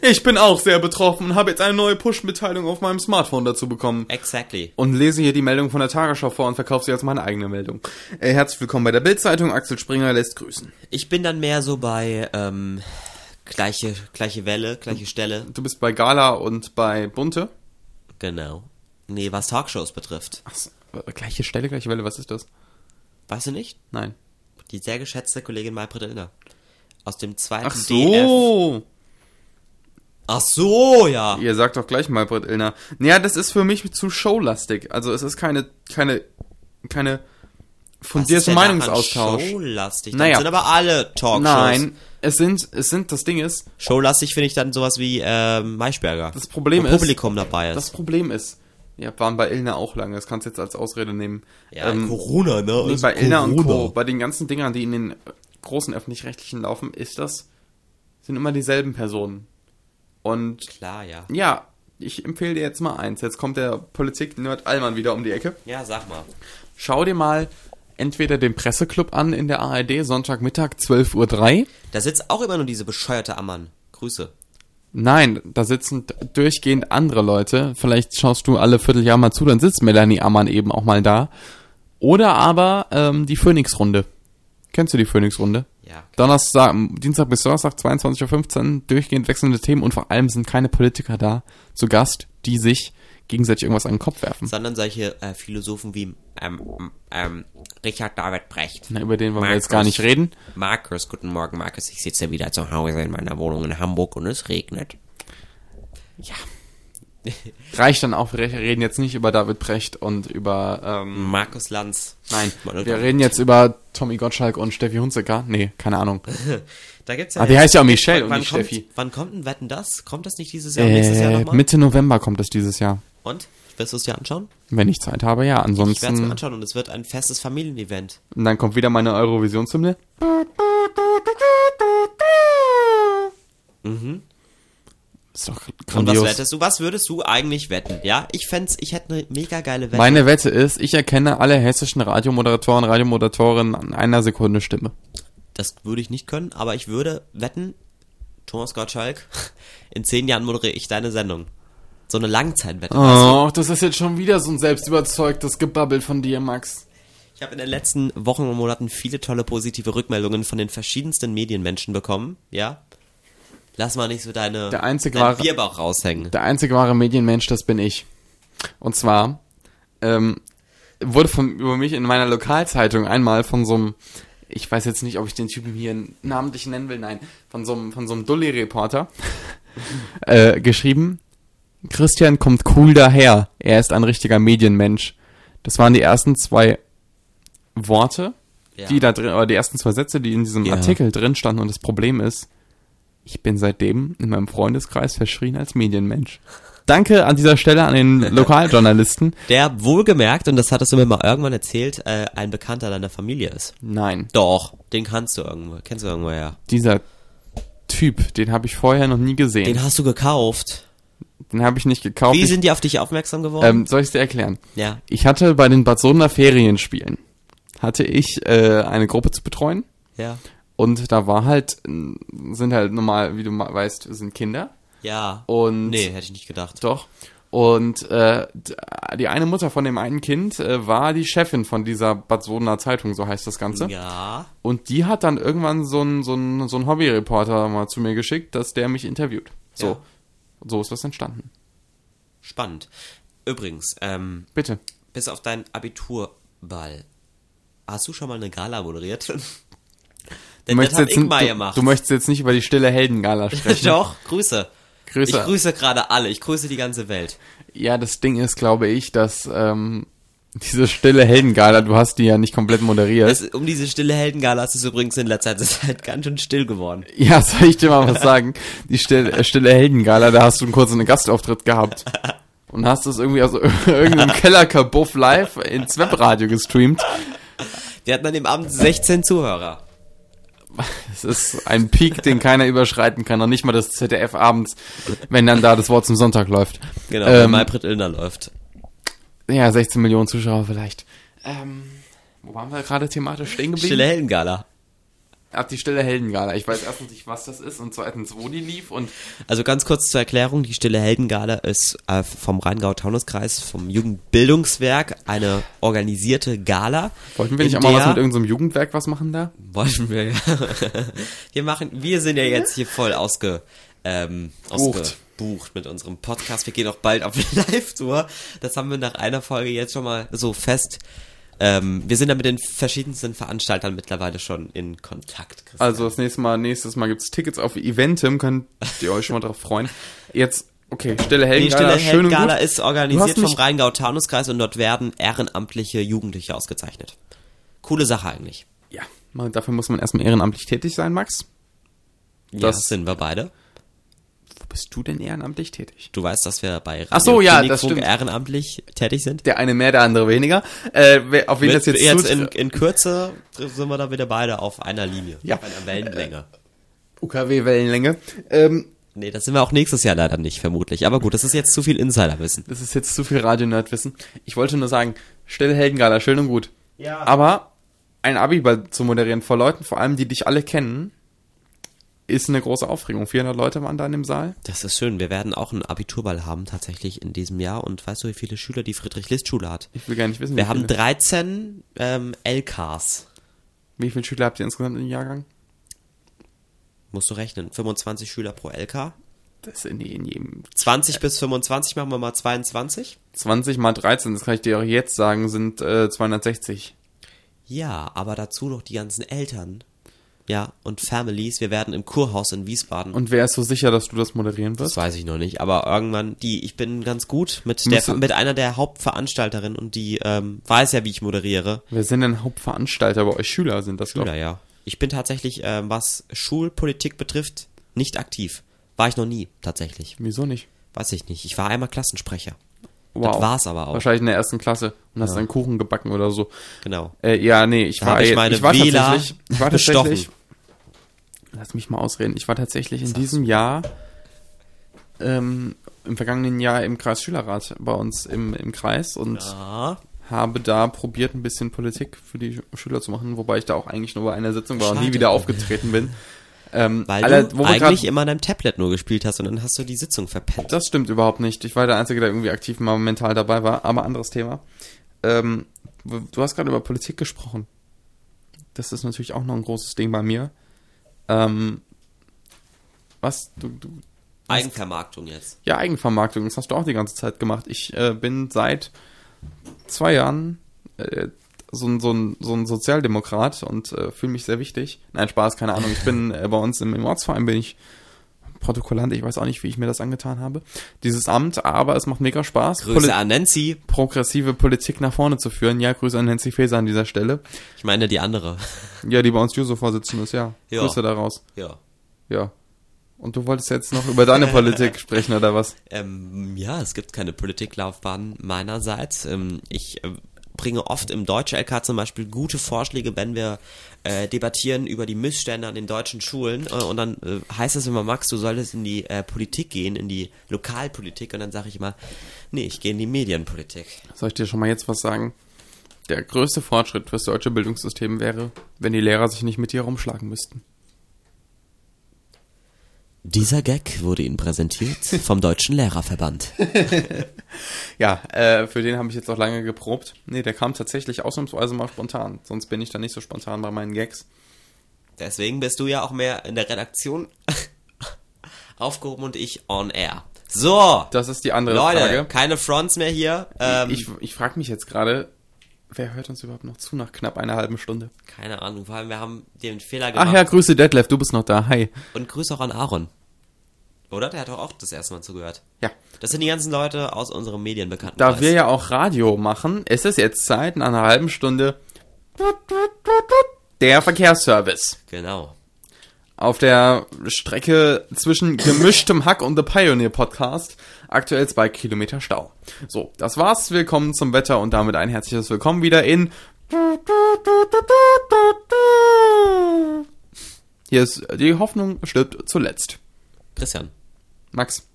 Speaker 2: Ich bin auch sehr betroffen und habe jetzt eine neue Push-Mitteilung auf meinem Smartphone dazu bekommen.
Speaker 1: Exactly.
Speaker 2: Und lese hier die Meldung von der Tagesschau vor und verkaufe sie als meine eigene Meldung. Äh, herzlich willkommen bei der Bild-Zeitung. Axel Springer lässt grüßen.
Speaker 1: Ich bin dann mehr so bei ähm, gleiche, gleiche Welle, gleiche Stelle.
Speaker 2: Du bist bei Gala und bei Bunte.
Speaker 1: Genau. Nee, was Talkshows betrifft.
Speaker 2: Ach, so, äh, gleiche Stelle, gleiche Welle, was ist das?
Speaker 1: Weißt du nicht?
Speaker 2: Nein.
Speaker 1: Die sehr geschätzte Kollegin Maybrit Illner. Aus dem zweiten
Speaker 2: Ach
Speaker 1: DF.
Speaker 2: so.
Speaker 1: Ach so, ja.
Speaker 2: Ihr sagt doch gleich mal, Britt Illner. Naja, das ist für mich zu showlastig. Also es ist keine, keine,
Speaker 1: Was
Speaker 2: keine
Speaker 1: ist
Speaker 2: fundierte
Speaker 1: denn daran
Speaker 2: Meinungsaustausch.
Speaker 1: Showlastig. Dann
Speaker 2: Naja.
Speaker 1: sind aber alle Talkshows.
Speaker 2: Nein, es sind, es sind, das Ding ist,
Speaker 1: Showlastig finde ich dann sowas wie ähm, Maischberger.
Speaker 2: Das Problem
Speaker 1: Wo
Speaker 2: ist-
Speaker 1: Publikum dabei ist.
Speaker 2: das Problem ist, ja, waren bei Illner auch lange, das kannst du jetzt als Ausrede nehmen.
Speaker 1: ja,
Speaker 2: Ähm,
Speaker 1: Corona, ne?
Speaker 2: nee,
Speaker 1: Also
Speaker 2: bei Illner und Co.,
Speaker 1: Corona.
Speaker 2: bei den ganzen Dingern, die in den äh, großen Öffentlich-Rechtlichen laufen, ist das, sind immer dieselben Personen. Und
Speaker 1: Klar, ja.
Speaker 2: ja, ich empfehle dir jetzt mal eins. Jetzt kommt der Politik-Nerd Allmann wieder um die Ecke.
Speaker 1: Ja, sag mal.
Speaker 2: Schau dir mal entweder den Presseclub an in der ARD, Sonntagmittag, 12.03 Uhr.
Speaker 1: Da sitzt auch immer nur diese bescheuerte Ammann. Grüße.
Speaker 2: Nein, da sitzen d- durchgehend andere Leute. Vielleicht schaust du alle Vierteljahr mal zu, dann sitzt Melanie Ammann eben auch mal da. Oder aber ähm, die Phoenix-Runde. Kennst du die Phoenix-Runde?
Speaker 1: Ja.
Speaker 2: Donnerstag, Dienstag bis Donnerstag, 22.15 Uhr, durchgehend wechselnde Themen und vor allem sind keine Politiker da zu Gast, die sich gegenseitig irgendwas an den Kopf werfen.
Speaker 1: sondern solche äh, Philosophen wie ähm, ähm, Richard David Brecht.
Speaker 2: Na, über den wollen wir
Speaker 1: Markus.
Speaker 2: jetzt gar nicht reden.
Speaker 1: Markus, guten Morgen, Markus. Ich sitze wieder zu Hause in meiner Wohnung in Hamburg und es regnet.
Speaker 2: reicht dann auch. Wir reden jetzt nicht über David Precht und über. Ähm,
Speaker 1: Markus Lanz.
Speaker 2: nein,
Speaker 1: Meine
Speaker 2: wir
Speaker 1: Damen-
Speaker 2: reden jetzt über Tommy Gottschalk und Steffi Hunziker. Nee, keine Ahnung.
Speaker 1: Da gibt's ja
Speaker 2: Ah, die
Speaker 1: jetzt-
Speaker 2: heißt ja auch Michelle und
Speaker 1: wann
Speaker 2: nicht
Speaker 1: kommt,
Speaker 2: Steffi.
Speaker 1: Wann kommt denn Wetten das? Kommt das nicht dieses Jahr und nächstes Jahr
Speaker 2: Äh,
Speaker 1: nochmal?
Speaker 2: Mitte November kommt es dieses Jahr.
Speaker 1: Und? Wirst du es dir anschauen?
Speaker 2: Wenn ich Zeit habe, ja.
Speaker 1: Ich werde es mir
Speaker 2: Ansonsten.
Speaker 1: anschauen und es wird ein festes Familienevent.
Speaker 2: Hm. Und dann kommt wieder meine Eurovision-Hymne. Ist doch
Speaker 1: Mhm. Und was
Speaker 2: grandios.
Speaker 1: wettest du? Was würdest du eigentlich wetten? Ja, ich fänd's, ich hätte eine mega geile Wette.
Speaker 2: Meine Wette ist, ich erkenne alle hessischen Radiomoderatoren, Radiomoderatorinnen an einer Sekunde Stimme.
Speaker 1: das würde ich nicht können, aber ich würde wetten, Thomas Gottschalk, in zehn Jahren moderiere ich deine Sendung. So eine Langzeitwette. Also,
Speaker 2: Oh, das ist jetzt schon wieder so ein selbstüberzeugtes Gebabbel von dir, Max.
Speaker 1: Ich habe in den letzten Wochen und Monaten viele tolle positive Rückmeldungen von den verschiedensten Medienmenschen bekommen, ja? Lass mal nicht so deine
Speaker 2: Der einzig
Speaker 1: deinen
Speaker 2: wahre-
Speaker 1: Bierbauch raushängen.
Speaker 2: Der einzige wahre Medienmensch, das bin ich. Und zwar ähm, wurde von, über mich in meiner Lokalzeitung einmal von so einem, ich weiß jetzt nicht, ob ich den Typen hier namentlich nennen will, nein, von so einem, von so einem Dully-Reporter äh, geschrieben, Christian kommt cool daher, er ist ein richtiger Medienmensch. Das waren die ersten zwei Worte,
Speaker 1: Ja.
Speaker 2: die da drin, oder die ersten zwei Sätze, die in diesem
Speaker 1: Ja.
Speaker 2: Artikel drin standen. Und das Problem ist, ich bin seitdem in meinem Freundeskreis verschrien als Medienmensch. Danke an dieser Stelle an den Lokaljournalisten.
Speaker 1: Der wohlgemerkt, und das hattest du mir mal irgendwann erzählt, äh, ein Bekannter deiner Familie ist.
Speaker 2: Nein,
Speaker 1: Doch, den kannst du irgendwo, kennst du irgendwo, ja.
Speaker 2: dieser Typ, den habe ich vorher noch nie gesehen.
Speaker 1: Den
Speaker 2: Den,
Speaker 1: hast du gekauft.
Speaker 2: habe ich nicht gekauft.
Speaker 1: Wie
Speaker 2: Ich,
Speaker 1: sind die auf dich aufmerksam geworden?
Speaker 2: ähm, soll ich dir erklären?
Speaker 1: ja.
Speaker 2: Ich hatte bei den Bad Sodener Ferienspielen, hatte ich äh, eine Gruppe zu betreuen.
Speaker 1: Ja.
Speaker 2: Und da war halt, sind halt normal, wie du ma- weißt, sind Kinder.
Speaker 1: Ja.
Speaker 2: Und
Speaker 1: nee, hätte ich nicht gedacht.
Speaker 2: Doch. Und äh, d- die eine Mutter von dem einen Kind äh, war die Chefin von dieser Bad Sodener Zeitung, so heißt das Ganze.
Speaker 1: Ja.
Speaker 2: Und die hat dann irgendwann so einen so einen- so ein Hobbyreporter mal zu mir geschickt, dass der mich interviewt. So.
Speaker 1: Ja.
Speaker 2: So ist das entstanden.
Speaker 1: Spannend. Übrigens, ähm,
Speaker 2: Bitte.
Speaker 1: bis auf deinen Abiturball, hast du schon mal eine Gala moderiert? Denn das hat
Speaker 2: jetzt, n-
Speaker 1: Ingmar
Speaker 2: du,
Speaker 1: gemacht.
Speaker 2: du möchtest jetzt nicht über die stille Heldengala sprechen.
Speaker 1: Doch, Grüße.
Speaker 2: Grüße.
Speaker 1: Ich grüße gerade alle, ich grüße die ganze Welt.
Speaker 2: Ja, das Ding ist, glaube ich, dass ähm, diese stille Heldengala, du hast die ja nicht komplett moderiert.
Speaker 1: Das, um diese stille Heldengala ist es übrigens in letzter Zeit halt ganz schön still geworden.
Speaker 2: ja, soll ich dir mal was sagen? Die stille, äh, stille Heldengala, da hast du einen kurzen Gastauftritt gehabt. Und hast das irgendwie aus irgendeinem Kellerkabuff live ins Webradio gestreamt.
Speaker 1: Wir hatten an dem Abend 16 Zuhörer.
Speaker 2: Es ist ein Peak, den keiner überschreiten kann. Noch nicht mal das ZDF abends, wenn dann da das Wort zum Sonntag läuft.
Speaker 1: Genau,
Speaker 2: Ähm,
Speaker 1: wenn Maybrit Illner läuft.
Speaker 2: Ja, 16 Millionen Zuschauer vielleicht. Ähm, wo waren wir gerade thematisch stehen geblieben?
Speaker 1: Stille Heldengala.
Speaker 2: Ab die Stille Heldengala. Ich weiß erstens nicht, was das ist und zweitens, wo die lief und
Speaker 1: Also ganz kurz zur Erklärung, die Stille Heldengala ist äh, vom Rheingau-Taunus-Kreis, vom Jugendbildungswerk, eine organisierte Gala.
Speaker 2: wollten wir nicht
Speaker 1: in
Speaker 2: auch mal was
Speaker 1: der-
Speaker 2: mit irgendeinem Jugendwerk was machen da?
Speaker 1: Wollten wir, ja. Wir machen, wir sind ja jetzt hier voll ausge, ähm,
Speaker 2: Bucht.
Speaker 1: ausgebucht mit unserem Podcast. Wir gehen auch bald auf Live-Tour. Das haben wir nach einer Folge jetzt schon mal so fest. Ähm, wir sind da mit den verschiedensten Veranstaltern mittlerweile schon in Kontakt. Christian.
Speaker 2: Also das nächste Mal, nächstes Mal gibt's Tickets auf Eventim, könnt ihr euch schon mal drauf freuen. Jetzt, okay, Stille
Speaker 1: Die
Speaker 2: Heldengala,
Speaker 1: Stille
Speaker 2: schön und
Speaker 1: Heldengala
Speaker 2: gut.
Speaker 1: ist
Speaker 2: Du hast
Speaker 1: organisiert vom
Speaker 2: mich-
Speaker 1: Rheingau-Taunus-Kreis und dort werden ehrenamtliche Jugendliche ausgezeichnet. Coole Sache eigentlich.
Speaker 2: Ja, mal- dafür muss man erstmal ehrenamtlich tätig sein, Max.
Speaker 1: Das
Speaker 2: Das-
Speaker 1: ja, sind wir beide.
Speaker 2: Wo bist du denn ehrenamtlich tätig?
Speaker 1: Du weißt, dass wir bei Radio
Speaker 2: Ach so, ja,
Speaker 1: Klinikfunk
Speaker 2: das stimmt.
Speaker 1: ehrenamtlich tätig sind.
Speaker 2: Der eine mehr, der andere weniger. Äh, wer- auf wen
Speaker 1: Mit,
Speaker 2: das jetzt,
Speaker 1: jetzt
Speaker 2: zut-
Speaker 1: in, in Kürze sind wir da wieder beide auf einer Linie,
Speaker 2: Ja.
Speaker 1: auf einer Wellenlänge.
Speaker 2: UKW-Wellenlänge. Ähm,
Speaker 1: Nee, das sind wir auch nächstes Jahr leider nicht, vermutlich. Aber gut, das ist jetzt zu viel Insiderwissen.
Speaker 2: Das ist jetzt zu viel Radio-Nerd-Wissen. Ich wollte nur sagen, stelle Heldengala, schön und gut.
Speaker 1: Ja.
Speaker 2: Aber ein Abiball zu moderieren vor Leuten, vor allem die dich alle kennen, ist eine große Aufregung. 400 Leute waren da in dem Saal.
Speaker 1: Das ist schön. Wir werden auch einen Abiturball haben, tatsächlich in diesem Jahr. Und weißt du, wie viele Schüler die Friedrich-List-Schule hat?
Speaker 2: Ich will gar nicht wissen,
Speaker 1: Wir
Speaker 2: wie,
Speaker 1: haben
Speaker 2: viele.
Speaker 1: 13 ähm, LKs.
Speaker 2: wie viele Schüler habt ihr insgesamt im Jahrgang?
Speaker 1: Musst du rechnen. 25 Schüler pro LK.
Speaker 2: Das sind in jedem
Speaker 1: 20 bis 25 machen wir mal 22.
Speaker 2: 20 mal 13, das kann ich dir auch jetzt sagen, sind äh, 260.
Speaker 1: Ja, aber dazu noch die ganzen Eltern. Ja, und Families. Wir werden im Kurhaus in Wiesbaden
Speaker 2: Und wer ist so sicher, dass du das moderieren wirst?
Speaker 1: Das weiß ich noch nicht, aber irgendwann, die, ich bin ganz gut mit, der,
Speaker 2: Müsste-
Speaker 1: mit einer der Hauptveranstalterinnen und die ähm, weiß ja, wie ich moderiere.
Speaker 2: Wer sind denn Hauptveranstalter bei euch? Schüler sind das, glaube
Speaker 1: Ja, ja. Ich bin tatsächlich, ähm, was Schulpolitik betrifft, nicht aktiv. War ich noch nie, tatsächlich.
Speaker 2: ich. Wieso nicht?
Speaker 1: Weiß ich nicht. Ich war einmal Klassensprecher.
Speaker 2: Wow.
Speaker 1: Das war's aber auch.
Speaker 2: Wahrscheinlich in der ersten Klasse und hast dann Kuchen gebacken oder so.
Speaker 1: Genau.
Speaker 2: Äh, ja, nee, ich
Speaker 1: Da
Speaker 2: war,
Speaker 1: hab ich meine
Speaker 2: ich war
Speaker 1: Wähler
Speaker 2: tatsächlich, ich war
Speaker 1: bestochen.
Speaker 2: tatsächlich, lass mich mal ausreden, ich war tatsächlich in diesem Jahr, ähm, im vergangenen Jahr im Kreis Schülerrat bei uns im, im Kreis und
Speaker 1: Ah,
Speaker 2: habe da probiert, ein bisschen Politik für die Sch- Schüler zu machen, wobei ich da auch eigentlich nur bei einer Sitzung war und nie
Speaker 1: Schade.
Speaker 2: wieder aufgetreten bin. Ähm,
Speaker 1: weil
Speaker 2: alle-
Speaker 1: du
Speaker 2: wo wir
Speaker 1: eigentlich
Speaker 2: grad-
Speaker 1: immer an deinem Tablet nur gespielt hast und dann hast du die Sitzung verpennt.
Speaker 2: das stimmt überhaupt nicht. Ich war der Einzige, der irgendwie aktiv mal mental dabei war, aber anderes Thema. Ähm, w- du hast gerade über Politik gesprochen. Das ist natürlich auch noch ein großes Ding bei mir. Ähm, was? Du, du,
Speaker 1: Eigenvermarktung jetzt.
Speaker 2: ja, Eigenvermarktung, das hast du auch die ganze Zeit gemacht. Ich äh, bin seit zwei Jahren äh, so, ein, so, ein, so ein Sozialdemokrat und äh, fühle mich sehr wichtig. Nein, Spaß, keine Ahnung. Ich bin äh, bei uns im, im Ortsverein, bin ich Protokollant, ich weiß auch nicht, wie ich mir das angetan habe. Dieses Amt, aber es macht mega Spaß,
Speaker 1: Grüße
Speaker 2: Poli-
Speaker 1: an Nancy.
Speaker 2: progressive Politik nach vorne zu führen. Ja, Grüße an Nancy Faeser an dieser Stelle.
Speaker 1: Ich meine die andere.
Speaker 2: Ja, die bei uns Juso-Vorsitzende ist, ja.
Speaker 1: Ja.
Speaker 2: Grüße daraus.
Speaker 1: ja.
Speaker 2: Ja. Und du wolltest jetzt noch über deine Politik sprechen, oder was?
Speaker 1: Ähm, ja, es gibt keine Politiklaufbahn meinerseits. Ähm, ich äh, bringe oft im deutschen LK zum Beispiel gute Vorschläge, wenn wir äh, debattieren über die Missstände an den deutschen Schulen. Äh, und dann äh, heißt es immer, Max, du solltest in die äh, Politik gehen, in die Lokalpolitik. Und dann sage ich immer, nee, ich gehe in die Medienpolitik.
Speaker 2: Soll ich dir schon mal jetzt was sagen? Der größte Fortschritt fürs deutsche Bildungssystem wäre, wenn die Lehrer sich nicht mit dir rumschlagen müssten.
Speaker 1: Dieser Gag wurde Ihnen präsentiert vom Deutschen Lehrerverband.
Speaker 2: Ja, äh, für den habe ich jetzt auch lange geprobt. Nee, der kam tatsächlich ausnahmsweise mal spontan. Sonst bin ich da nicht so spontan bei meinen Gags.
Speaker 1: Deswegen bist du ja auch mehr in der Redaktion aufgehoben und ich on air. So,
Speaker 2: Das ist die andere
Speaker 1: Leute,
Speaker 2: Frage.
Speaker 1: keine Fronts mehr hier. Ähm,
Speaker 2: ich ich frage mich jetzt gerade, wer hört uns überhaupt noch zu nach knapp einer halben Stunde?
Speaker 1: Ähm, Keine Ahnung, vor allem wir haben den Fehler gemacht.
Speaker 2: Ach ja, Grüße Detlef, du bist noch da. Hi.
Speaker 1: Und Grüße auch an Aaron. oder? Der hat doch auch das erste Mal zugehört.
Speaker 2: Ja.
Speaker 1: Das sind die ganzen Leute aus unserem Medienbekannten.
Speaker 2: Da wir ja auch Radio machen, ist es jetzt Zeit, in einer halben Stunde der Verkehrsservice.
Speaker 1: Genau.
Speaker 2: Auf der Strecke zwischen gemischtem Hack und The Pioneer Podcast, aktuell zwei Kilometer Stau. So, das war's. Willkommen zum Wetter und damit ein herzliches Willkommen wieder in. Hier ist äh, die Hoffnung stirbt zuletzt.
Speaker 1: Christian,
Speaker 2: Max.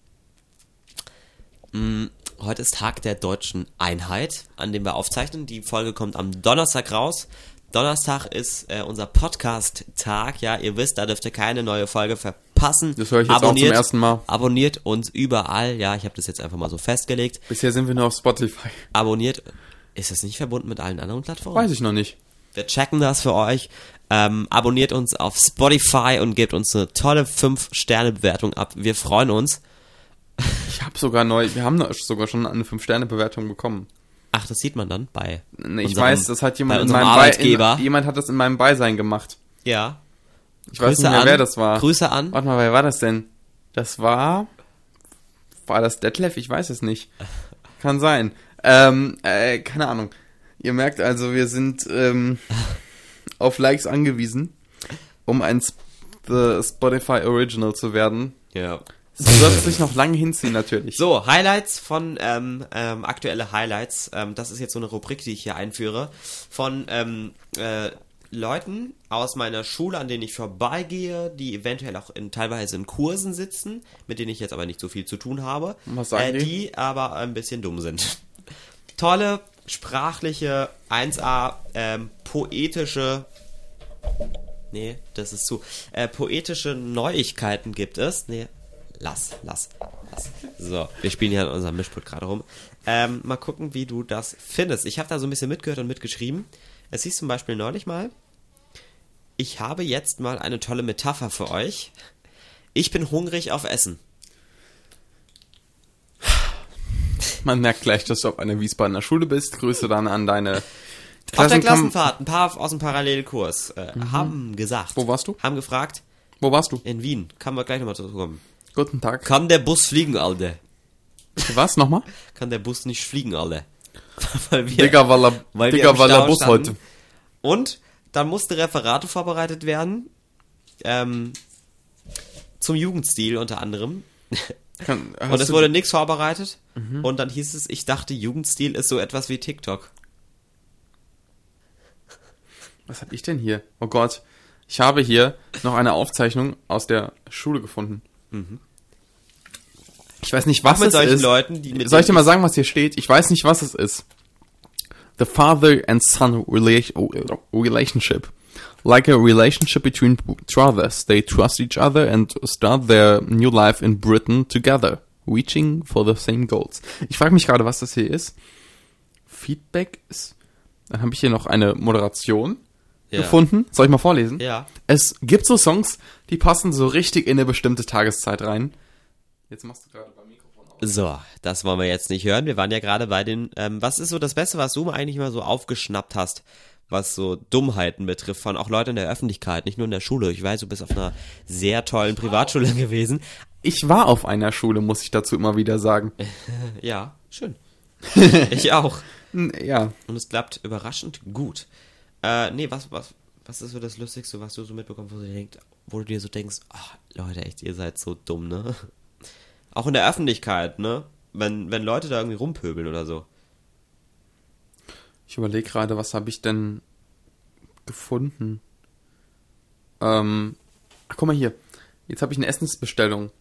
Speaker 1: mh, heute ist Tag der deutschen Einheit, an dem wir aufzeichnen. Die Folge kommt am Donnerstag raus. Donnerstag ist äh, unser Podcast-Tag. Ja, ihr wisst, da dürft ihr keine neue Folge verpassen.
Speaker 2: Das höre ich jetzt auch zum ersten Mal.
Speaker 1: Abonniert uns überall. Ja, ich habe das jetzt einfach mal so festgelegt.
Speaker 2: Bisher sind wir nur auf Spotify.
Speaker 1: Abonniert. Ist das nicht verbunden mit allen anderen Plattformen?
Speaker 2: Weiß ich noch nicht.
Speaker 1: Wir checken das für euch. Ähm, abonniert uns auf Spotify und gebt uns eine tolle 5-Sterne-Bewertung ab. Wir freuen uns.
Speaker 2: Ich habe sogar neu, wir haben noch- sogar schon eine 5-Sterne-Bewertung bekommen.
Speaker 1: Ach, das sieht man dann bei.
Speaker 2: Nee, ich
Speaker 1: unserem-
Speaker 2: weiß, das hat jemand
Speaker 1: bei
Speaker 2: in
Speaker 1: unserem
Speaker 2: meinem
Speaker 1: Arbeitgeber.
Speaker 2: Bei, in, jemand hat das in meinem Beisein gemacht.
Speaker 1: ja.
Speaker 2: Ich weiß nicht mehr,
Speaker 1: an,
Speaker 2: wer das war.
Speaker 1: Grüße an.
Speaker 2: Warte mal, wer war das denn? Das war. War das Detlef? Ich weiß es nicht. Kann sein. Ähm, äh, keine Ahnung. Ihr merkt also, wir sind ähm, auf Likes angewiesen, um ein Sp The Spotify Original zu werden.
Speaker 1: Ja.
Speaker 2: Das wird sich noch lange hinziehen, natürlich.
Speaker 1: So, Highlights von, ähm, ähm, aktuelle Highlights. Ähm, das ist jetzt so eine Rubrik, die ich hier einführe. Von ähm, äh, Leuten aus meiner Schule, an denen ich vorbeigehe, die eventuell auch in, teilweise in Kursen sitzen, mit denen ich jetzt aber nicht so viel zu tun habe.
Speaker 2: Was sagen
Speaker 1: äh,
Speaker 2: die?
Speaker 1: die aber ein bisschen dumm sind. Tolle, sprachliche, 1A, ähm, poetische Nee, das ist zu. Äh, poetische Neuigkeiten gibt es. Nee, lass, lass, lass. So, wir spielen hier an unserem Mischpult gerade rum. Ähm, mal gucken, wie du das findest. Ich habe da so ein bisschen mitgehört und mitgeschrieben. Es hieß zum Beispiel neulich mal, ich habe jetzt mal eine tolle Metapher für euch. Ich bin hungrig auf Essen.
Speaker 2: Man merkt gleich, dass du auf einer Wiesbadener Schule bist. Grüße dann an deine
Speaker 1: Auf der
Speaker 2: Klassenkam-
Speaker 1: Klassenfahrt, ein paar aus dem Parallelkurs äh, haben gesagt.
Speaker 2: Mhm. Wo warst du?
Speaker 1: Haben gefragt,
Speaker 2: Wo warst du?
Speaker 1: in Wien. Kann man gleich nochmal dazu kommen.
Speaker 2: Guten Tag.
Speaker 1: Kann der Bus fliegen, Alter?
Speaker 2: Was nochmal?
Speaker 1: kann der Bus nicht fliegen, alle. weil wir,
Speaker 2: Digga, war la,
Speaker 1: weil wir
Speaker 2: Digga,
Speaker 1: im
Speaker 2: war la
Speaker 1: Stau
Speaker 2: Bus
Speaker 1: standen.
Speaker 2: heute.
Speaker 1: Und dann musste Referate vorbereitet werden. Ähm, zum Jugendstil unter anderem.
Speaker 2: Kann,
Speaker 1: Und
Speaker 2: hast
Speaker 1: es
Speaker 2: du- Mhm.
Speaker 1: wurde nichts vorbereitet. Und dann hieß es, ich dachte, Jugendstil ist so etwas wie TikTok.
Speaker 2: was hab ich denn hier? Oh Gott. Ich habe hier noch eine Aufzeichnung aus der Schule gefunden. Ich weiß nicht, was
Speaker 1: Mit
Speaker 2: es
Speaker 1: solchen
Speaker 2: ist.
Speaker 1: Leuten, die mit
Speaker 2: Soll ich dir
Speaker 1: denen
Speaker 2: mal sagen, was hier steht? Ich weiß nicht, was es ist. The father and son rela- oh, äh, relationship. Like a relationship between brothers. They trust each other and start their new life in Britain together. Reaching for the same goals. Ich frage mich gerade, was das hier ist. Feedback ist. Dann habe ich hier noch eine Moderation
Speaker 1: Ja.
Speaker 2: gefunden. Soll ich mal vorlesen?
Speaker 1: Ja.
Speaker 2: Es gibt so Songs, die passen so richtig in eine bestimmte Tageszeit rein. Jetzt machst du gerade beim Mikrofon auf.
Speaker 1: So, das wollen wir jetzt nicht hören. Wir waren ja gerade bei den. Ähm, was ist so das Beste, was du eigentlich mal so aufgeschnappt hast, was so Dummheiten betrifft, von auch Leuten in der Öffentlichkeit, nicht nur in der Schule. Ich weiß, du bist auf einer sehr tollen Privatschule gewesen.
Speaker 2: Ich war auf einer Schule, muss ich dazu immer wieder sagen.
Speaker 1: Äh. Ja, schön. ich auch.
Speaker 2: N- Ja,
Speaker 1: Und es klappt überraschend gut. Äh, nee, was, was, was ist so das Lustigste, was du so mitbekommst, wo du dir, denkst, wo du dir so denkst, ach, Leute, echt, ihr seid so dumm, ne? Auch in der Öffentlichkeit, ne? Wenn, wenn Leute da irgendwie rumpöbeln oder so.
Speaker 2: ich überlege gerade, was habe ich denn gefunden? Ähm, ach, guck mal hier. Jetzt habe ich eine Essensbestellung.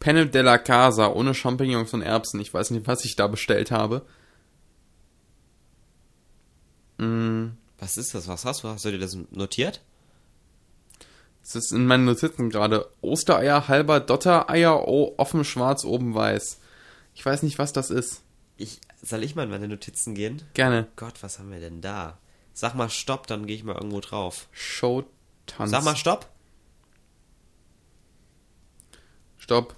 Speaker 2: Panel della Casa ohne Champignons und Erbsen. Ich weiß nicht, was ich da bestellt habe.
Speaker 1: Was ist das? Was hast du? Hast du dir das notiert?
Speaker 2: Es ist in meinen Notizen gerade. Ostereier, halber, Dottereier, oh, offen, schwarz, oben, weiß. Ich weiß nicht, was das ist.
Speaker 1: Ich, soll ich mal in meine Notizen gehen?
Speaker 2: Gerne.
Speaker 1: Gott, was haben wir denn da? Sag mal Stopp, dann gehe ich mal irgendwo drauf.
Speaker 2: Showtanz.
Speaker 1: Sag mal Stopp.
Speaker 2: Stopp.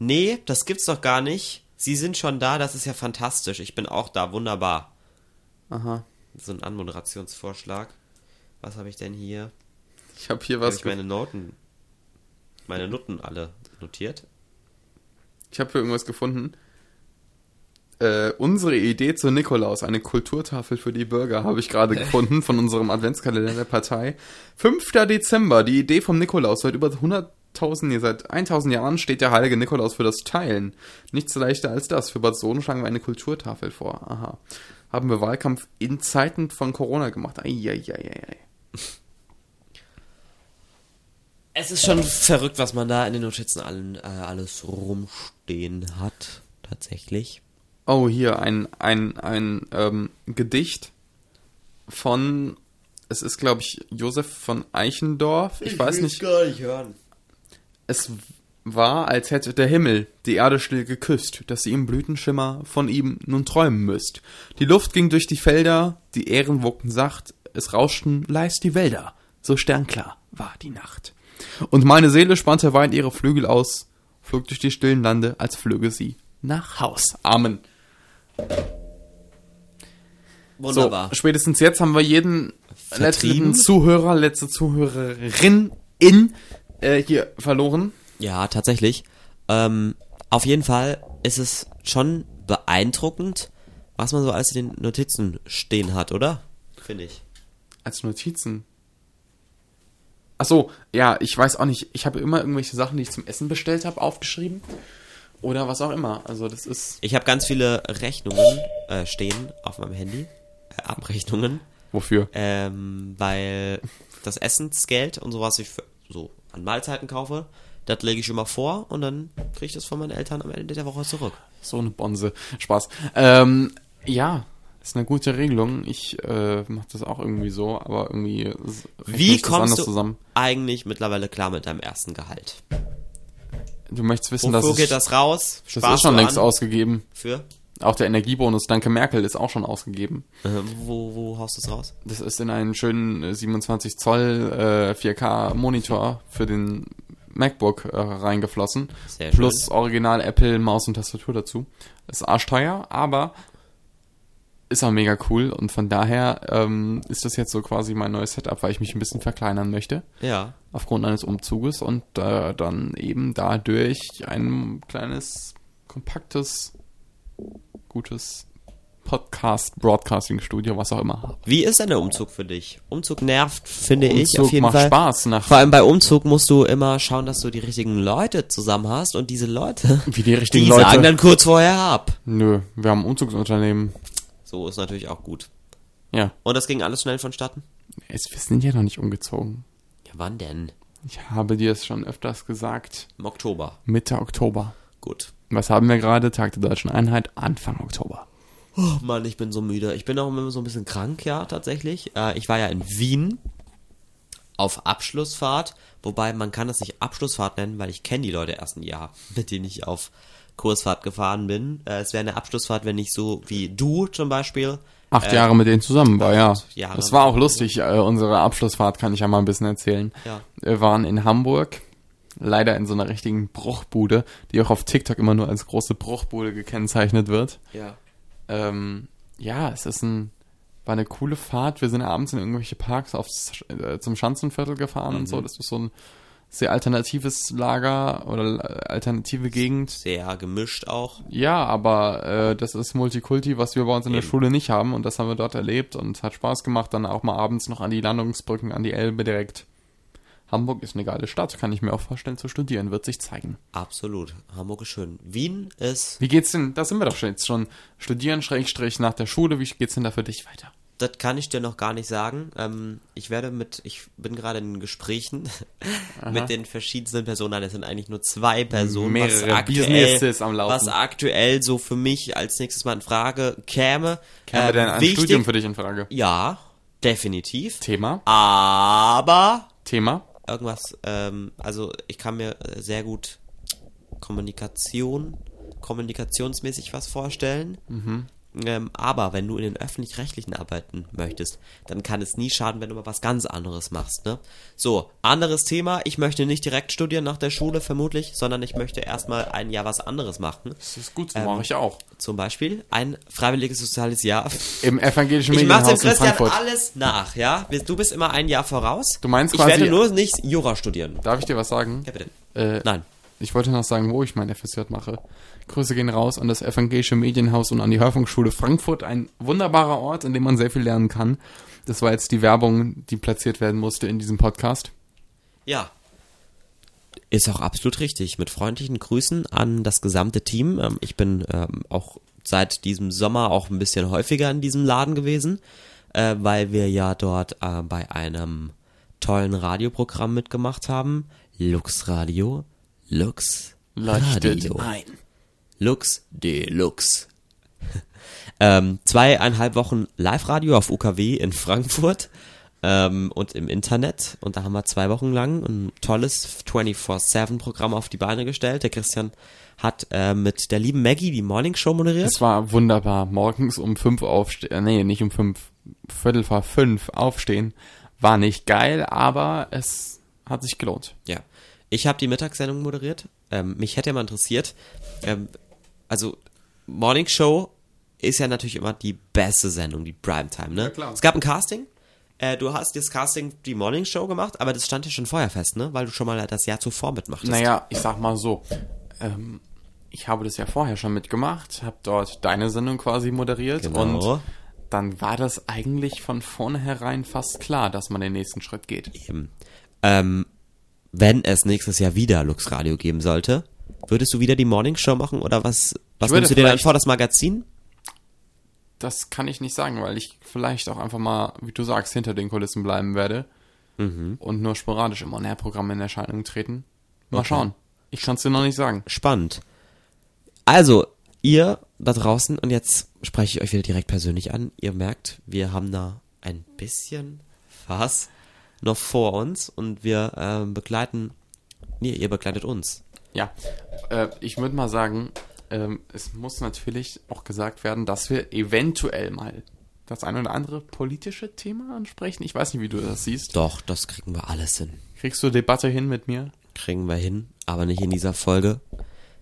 Speaker 1: Nee, das gibt's doch gar nicht. Sie sind schon da, das ist ja fantastisch. Ich bin auch da, wunderbar.
Speaker 2: Aha.
Speaker 1: So ein Anmoderationsvorschlag. Was habe ich denn hier?
Speaker 2: Ich habe hier
Speaker 1: Habe
Speaker 2: was.
Speaker 1: ich meine Noten, meine Nutten alle notiert?
Speaker 2: Ich habe hier irgendwas gefunden. Äh, unsere Idee zu Nikolaus, eine Kulturtafel für die Bürger, habe ich gerade gefunden von unserem Adventskalender der Partei. 5. Dezember, die Idee vom Nikolaus. Seit über 100.000, nee, seit 1000 Jahren steht der heilige Nikolaus für das Teilen. Nichts leichter als das. Für Bad Sohn schlagen wir eine Kulturtafel vor. Aha. Haben wir Wahlkampf in Zeiten von Corona gemacht. Eieieiei.
Speaker 1: Es ist schon verrückt, was man da in den Notizen allen, äh, alles rumstehen hat, tatsächlich.
Speaker 2: Oh, hier ein, ein, ein ähm, Gedicht von, es ist, glaube ich, Josef von Eichendorf. Ich, weiß nicht,
Speaker 1: gar nicht hören.
Speaker 2: es war, als hätte der Himmel die Erde still geküsst, dass sie im Blütenschimmer von ihm nun träumen müsst. Die Luft ging durch die Felder, die Ähren wogten sacht, es rauschten leis die Wälder, so sternklar war die Nacht. Und meine Seele spannte weit ihre Flügel aus, flog durch die stillen Lande, als flöge sie nach Haus. Amen.
Speaker 1: Wunderbar.
Speaker 2: So, spätestens jetzt haben wir jeden
Speaker 1: Vertrieben?
Speaker 2: letzten Zuhörer, letzte Zuhörerin in äh, hier verloren.
Speaker 1: Ja, tatsächlich. Ähm, auf jeden Fall ist es schon beeindruckend, was man so alles in den Notizen stehen hat, oder? Finde ich.
Speaker 2: Als Notizen. Ach so, ja, ich weiß auch nicht. Ich habe immer irgendwelche Sachen, die ich zum Essen bestellt habe, aufgeschrieben. Oder was auch immer. Also das ist.
Speaker 1: Ich habe ganz viele Rechnungen äh, stehen auf meinem Handy. Äh, Abrechnungen.
Speaker 2: Wofür?
Speaker 1: Ähm, weil das Essensgeld und so, was ich für, so an Mahlzeiten kaufe, das lege ich immer vor und dann kriege ich das von meinen Eltern am Ende der Woche zurück.
Speaker 2: So eine Bonse. Spaß. Ähm, ja, ist eine gute Regelung. Ich äh, mache das auch irgendwie so, aber irgendwie s- rechne
Speaker 1: Wie
Speaker 2: ich das anders
Speaker 1: kommst du
Speaker 2: zusammen.
Speaker 1: eigentlich mittlerweile klar mit deinem ersten Gehalt?
Speaker 2: Du möchtest wissen, dass
Speaker 1: Wofür geht
Speaker 2: es,
Speaker 1: das raus?
Speaker 2: das
Speaker 1: Sparst
Speaker 2: ist schon
Speaker 1: du
Speaker 2: längst
Speaker 1: an?
Speaker 2: ausgegeben.
Speaker 1: Für?
Speaker 2: Auch der Energiebonus, danke Merkel, ist auch schon ausgegeben.
Speaker 1: Äh, wo, wo haust du es raus?
Speaker 2: Das ist in einen schönen äh, 27 Zoll äh, 4K Monitor für den MacBook äh, reingeflossen.
Speaker 1: Sehr schön.
Speaker 2: Plus original Apple Maus und Tastatur dazu. Ist arschteuer, aber ist auch mega cool und von daher ähm, ist das jetzt so quasi mein neues Setup, weil ich mich ein bisschen verkleinern möchte
Speaker 1: Ja.
Speaker 2: aufgrund eines Umzuges und äh, dann eben dadurch ein kleines, kompaktes, gutes Podcast, Broadcasting-Studio, was auch immer.
Speaker 1: Wie ist denn der Umzug für dich? Umzug nervt, finde ich,
Speaker 2: Umzug
Speaker 1: auf jeden
Speaker 2: macht
Speaker 1: Fall.
Speaker 2: Spaß nach
Speaker 1: Vor allem bei Umzug musst du immer schauen, dass du die richtigen Leute zusammen hast und diese Leute,
Speaker 2: wie die
Speaker 1: die
Speaker 2: richtigen
Speaker 1: sagen
Speaker 2: Leute.
Speaker 1: dann kurz vorher ab.
Speaker 2: Nö, wir haben ein Umzugsunternehmen.
Speaker 1: So ist natürlich auch gut.
Speaker 2: Ja,
Speaker 1: Und das ging alles schnell vonstatten?
Speaker 2: es, wir sind ja noch nicht umgezogen.
Speaker 1: Ja, wann denn?
Speaker 2: Ich habe dir es schon öfters gesagt.
Speaker 1: Im Oktober.
Speaker 2: Mitte Oktober.
Speaker 1: Gut.
Speaker 2: Was haben wir gerade? Tag der Deutschen Einheit, Anfang Oktober.
Speaker 1: Oh Mann, ich bin so müde. Ich bin auch immer so ein bisschen krank, ja, tatsächlich. Äh, ich war ja in Wien auf Abschlussfahrt. Wobei, man kann das nicht Abschlussfahrt nennen, weil ich kenne die Leute erst ein Jahr, mit denen ich auf Kursfahrt gefahren bin. Äh, es wäre eine Abschlussfahrt, wenn ich so wie du zum Beispiel.
Speaker 2: Acht
Speaker 1: äh,
Speaker 2: Jahre mit denen zusammen war, ja.
Speaker 1: Jahre.
Speaker 2: Das war auch lustig. Äh, unsere Abschlussfahrt kann ich ja mal ein bisschen erzählen.
Speaker 1: Ja.
Speaker 2: Wir waren in Hamburg, leider in so einer richtigen Bruchbude, die auch auf TikTok immer nur als große Bruchbude gekennzeichnet wird.
Speaker 1: Ja.
Speaker 2: Ähm, ja, es ist ein, war eine coole Fahrt. Wir sind abends in irgendwelche Parks aufs, äh, zum Schanzenviertel gefahren und so.
Speaker 1: Mhm.
Speaker 2: Das ist so ein sehr alternatives Lager oder äh, alternative Gegend.
Speaker 1: Sehr gemischt auch.
Speaker 2: Ja, aber äh, das ist Multikulti, was wir bei uns in der
Speaker 1: Eben.
Speaker 2: Schule nicht haben und das haben wir dort erlebt und es hat Spaß gemacht, dann auch mal abends noch an die Landungsbrücken, an die Elbe direkt. Hamburg ist eine geile Stadt, kann ich mir auch vorstellen zu studieren, wird sich zeigen.
Speaker 1: Absolut. Hamburg ist schön. Wien ist
Speaker 2: Wie geht's denn, da sind wir doch schon jetzt schon, studieren, Schrägstrich, nach der Schule, wie geht's denn da für dich weiter?
Speaker 1: Das kann ich dir noch gar nicht sagen. Ähm, ich werde mit, ich bin gerade in Gesprächen mit den verschiedensten Personen. Das sind eigentlich nur zwei Personen, was
Speaker 2: Mehrere
Speaker 1: aktuell,
Speaker 2: Businesses am Laufen.
Speaker 1: was aktuell so für mich als nächstes Mal in Frage käme.
Speaker 2: Haben wir
Speaker 1: Ähm,
Speaker 2: denn ein
Speaker 1: wichtig-
Speaker 2: Studium für dich in Frage?
Speaker 1: Ja, definitiv.
Speaker 2: Thema?
Speaker 1: Aber
Speaker 2: Thema?
Speaker 1: irgendwas, ähm, also ich kann mir äh, sehr gut
Speaker 2: Mhm.
Speaker 1: Kommunikation, kommunikationsmäßig was vorstellen. Ähm, aber wenn du in den öffentlich-rechtlichen arbeiten möchtest, dann kann es nie schaden, wenn du mal was ganz anderes machst. Ne? So, anderes Thema. Ich möchte nicht direkt studieren nach der Schule vermutlich, sondern ich möchte erstmal ein Jahr was anderes machen.
Speaker 2: Das ist gut, so mache ich auch.
Speaker 1: Zum Beispiel ein freiwilliges soziales Jahr.
Speaker 2: Im evangelischen
Speaker 1: Ich mach's dem
Speaker 2: Medienhaus in
Speaker 1: Christian
Speaker 2: Frankfurt.
Speaker 1: alles nach, ja? Du bist immer ein Jahr voraus.
Speaker 2: Du meinst
Speaker 1: ich
Speaker 2: quasi-
Speaker 1: werde nur nicht Jura studieren.
Speaker 2: Darf ich dir was sagen?
Speaker 1: Ja, bitte.
Speaker 2: Äh,
Speaker 1: Nein.
Speaker 2: Ich wollte noch sagen, wo ich mein FSJ mache. Grüße gehen raus an das Evangelische Medienhaus und an die Hörfunkschule Frankfurt. Ein wunderbarer Ort, in dem man sehr viel lernen kann. Das war jetzt die Werbung, die platziert werden musste in diesem Podcast.
Speaker 1: Ja. Ist auch absolut richtig. Mit freundlichen Grüßen an das gesamte Team. Ähm, Ich bin ähm, auch seit diesem Sommer auch ein bisschen häufiger in diesem Laden gewesen, äh, weil wir ja dort äh, bei einem tollen Radioprogramm mitgemacht haben. Lux Radio. Lux Radio.
Speaker 2: ein.
Speaker 1: Lux Deluxe. ähm, zweieinhalb Wochen Live-Radio auf UKW in Frankfurt ähm, und im Internet. Und da haben wir zwei Wochen lang ein tolles 24-7-Programm auf die Beine gestellt. Der Christian hat äh, mit der lieben Maggie die Morning Show moderiert.
Speaker 2: Es war wunderbar. Morgens um fünf aufstehen, äh, nee, nicht um fünf, Viertel vor fünf aufstehen. War nicht geil, aber es hat sich gelohnt.
Speaker 1: Ja. Ich habe die Mittagssendung moderiert. Ähm, mich hätte ja mal interessiert. Ähm, also, Morning Show ist ja natürlich immer die beste Sendung, die Primetime, ne?
Speaker 2: klar.
Speaker 1: Es gab ein Casting. Äh, du hast das Casting die Morning Show gemacht, aber das stand ja schon vorher fest, ne? Weil du schon mal das Jahr zuvor mitmachtest.
Speaker 2: Naja, ich sag mal so. Ähm, ich habe das ja vorher schon mitgemacht, habe dort deine Sendung quasi moderiert
Speaker 1: Genau.
Speaker 2: und dann war das eigentlich von vornherein fast klar, dass man den nächsten Schritt geht.
Speaker 1: Eben. Ähm, wenn es nächstes Jahr wieder Lux Radio geben sollte, würdest du wieder die Morning Show machen oder was, was
Speaker 2: würde
Speaker 1: nimmst du dir dann
Speaker 2: vielleicht-
Speaker 1: vor, das Magazin?
Speaker 2: Das kann ich nicht sagen, weil ich vielleicht auch einfach mal, wie du sagst, hinter den Kulissen bleiben werde
Speaker 1: Mhm.
Speaker 2: und nur sporadisch im On-Air-Programm in Erscheinung treten. Mal schauen. Ich kann es dir noch nicht sagen.
Speaker 1: spannend. Also, ihr da draußen, und jetzt spreche ich euch wieder direkt persönlich an, ihr merkt, wir haben da ein bisschen was noch vor uns und wir ähm, begleiten, nee, ihr begleitet uns.
Speaker 2: Ja, äh, ich würde mal sagen, ähm, es muss natürlich auch gesagt werden, dass wir eventuell mal das ein oder andere politische Thema ansprechen. Ich weiß nicht, wie du das siehst.
Speaker 1: Doch, das kriegen wir alles hin.
Speaker 2: Kriegst du Debatte hin mit mir?
Speaker 1: Kriegen wir hin, aber nicht in dieser Folge.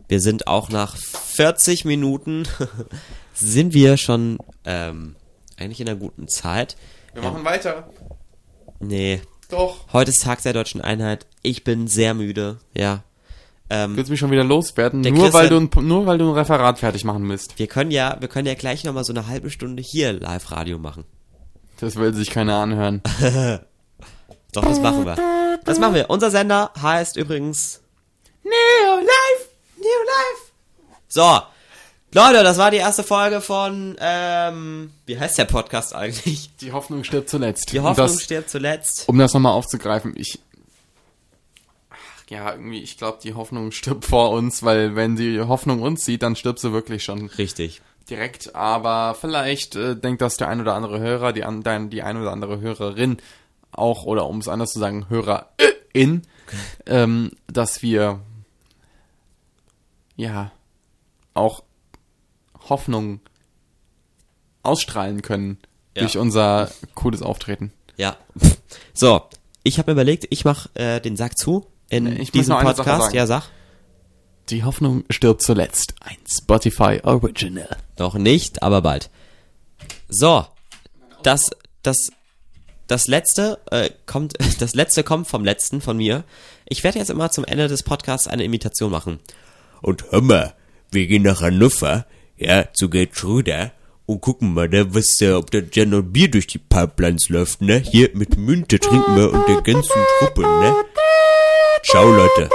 Speaker 1: Wir sind auch nach 40 Minuten, sind wir schon ähm, eigentlich in einer guten Zeit.
Speaker 2: Wir machen weiter.
Speaker 1: Nee,
Speaker 2: Doch.
Speaker 1: heute ist Tag der deutschen Einheit. Ich bin sehr müde, ja. Ähm,
Speaker 2: Willst du mich schon wieder loswerden?
Speaker 1: Der
Speaker 2: Nur weil, du
Speaker 1: Christian-
Speaker 2: ein, nur weil du ein Referat fertig machen müsst.
Speaker 1: Wir können ja, wir können ja gleich nochmal so eine halbe Stunde hier Live-Radio machen.
Speaker 2: Das will sich keiner anhören.
Speaker 1: Doch, das machen wir. Das machen wir. Unser Sender heißt übrigens
Speaker 2: Neo Live!
Speaker 1: New Life. So. Leute, das war die erste Folge von, ähm, wie heißt der Podcast eigentlich?
Speaker 2: Die Hoffnung stirbt zuletzt.
Speaker 1: Die
Speaker 2: Und
Speaker 1: Hoffnung
Speaker 2: Um das,
Speaker 1: stirbt zuletzt.
Speaker 2: um das nochmal aufzugreifen, ich. Ach ja, irgendwie, ich glaube, die Hoffnung stirbt vor uns, weil wenn die Hoffnung uns sieht, dann stirbt sie wirklich schon
Speaker 1: Richtig.
Speaker 2: direkt. Aber vielleicht äh, denkt das der ein oder andere Hörer, die, an, dein, die ein oder andere Hörerin auch, oder um es anders zu sagen, Hörerin, ähm, dass wir ja auch Hoffnung ausstrahlen können
Speaker 1: Ja.
Speaker 2: durch unser cooles Auftreten.
Speaker 1: Ja. So. Ich habe mir überlegt, ich mache äh, den Sack zu in
Speaker 2: Ich muss
Speaker 1: diesem
Speaker 2: noch eine Sache
Speaker 1: Podcast.
Speaker 2: sagen.
Speaker 1: Ja, sag.
Speaker 2: Die Hoffnung stirbt zuletzt. Ein Spotify Original.
Speaker 1: Noch nicht, aber bald. So, das, das, das letzte äh, kommt, das letzte kommt vom letzten von mir. Ich werde jetzt immer zum Ende des Podcasts eine Imitation machen.
Speaker 3: Und hör mal, wir gehen nach Hannover, ja, zu Gertruda und gucken mal, ne, was, äh, ob da ja noch Bier durch die Pipelines läuft, ne? Hier mit Münte trinken wir und der ganzen Truppe, ne? Ciao, Leute.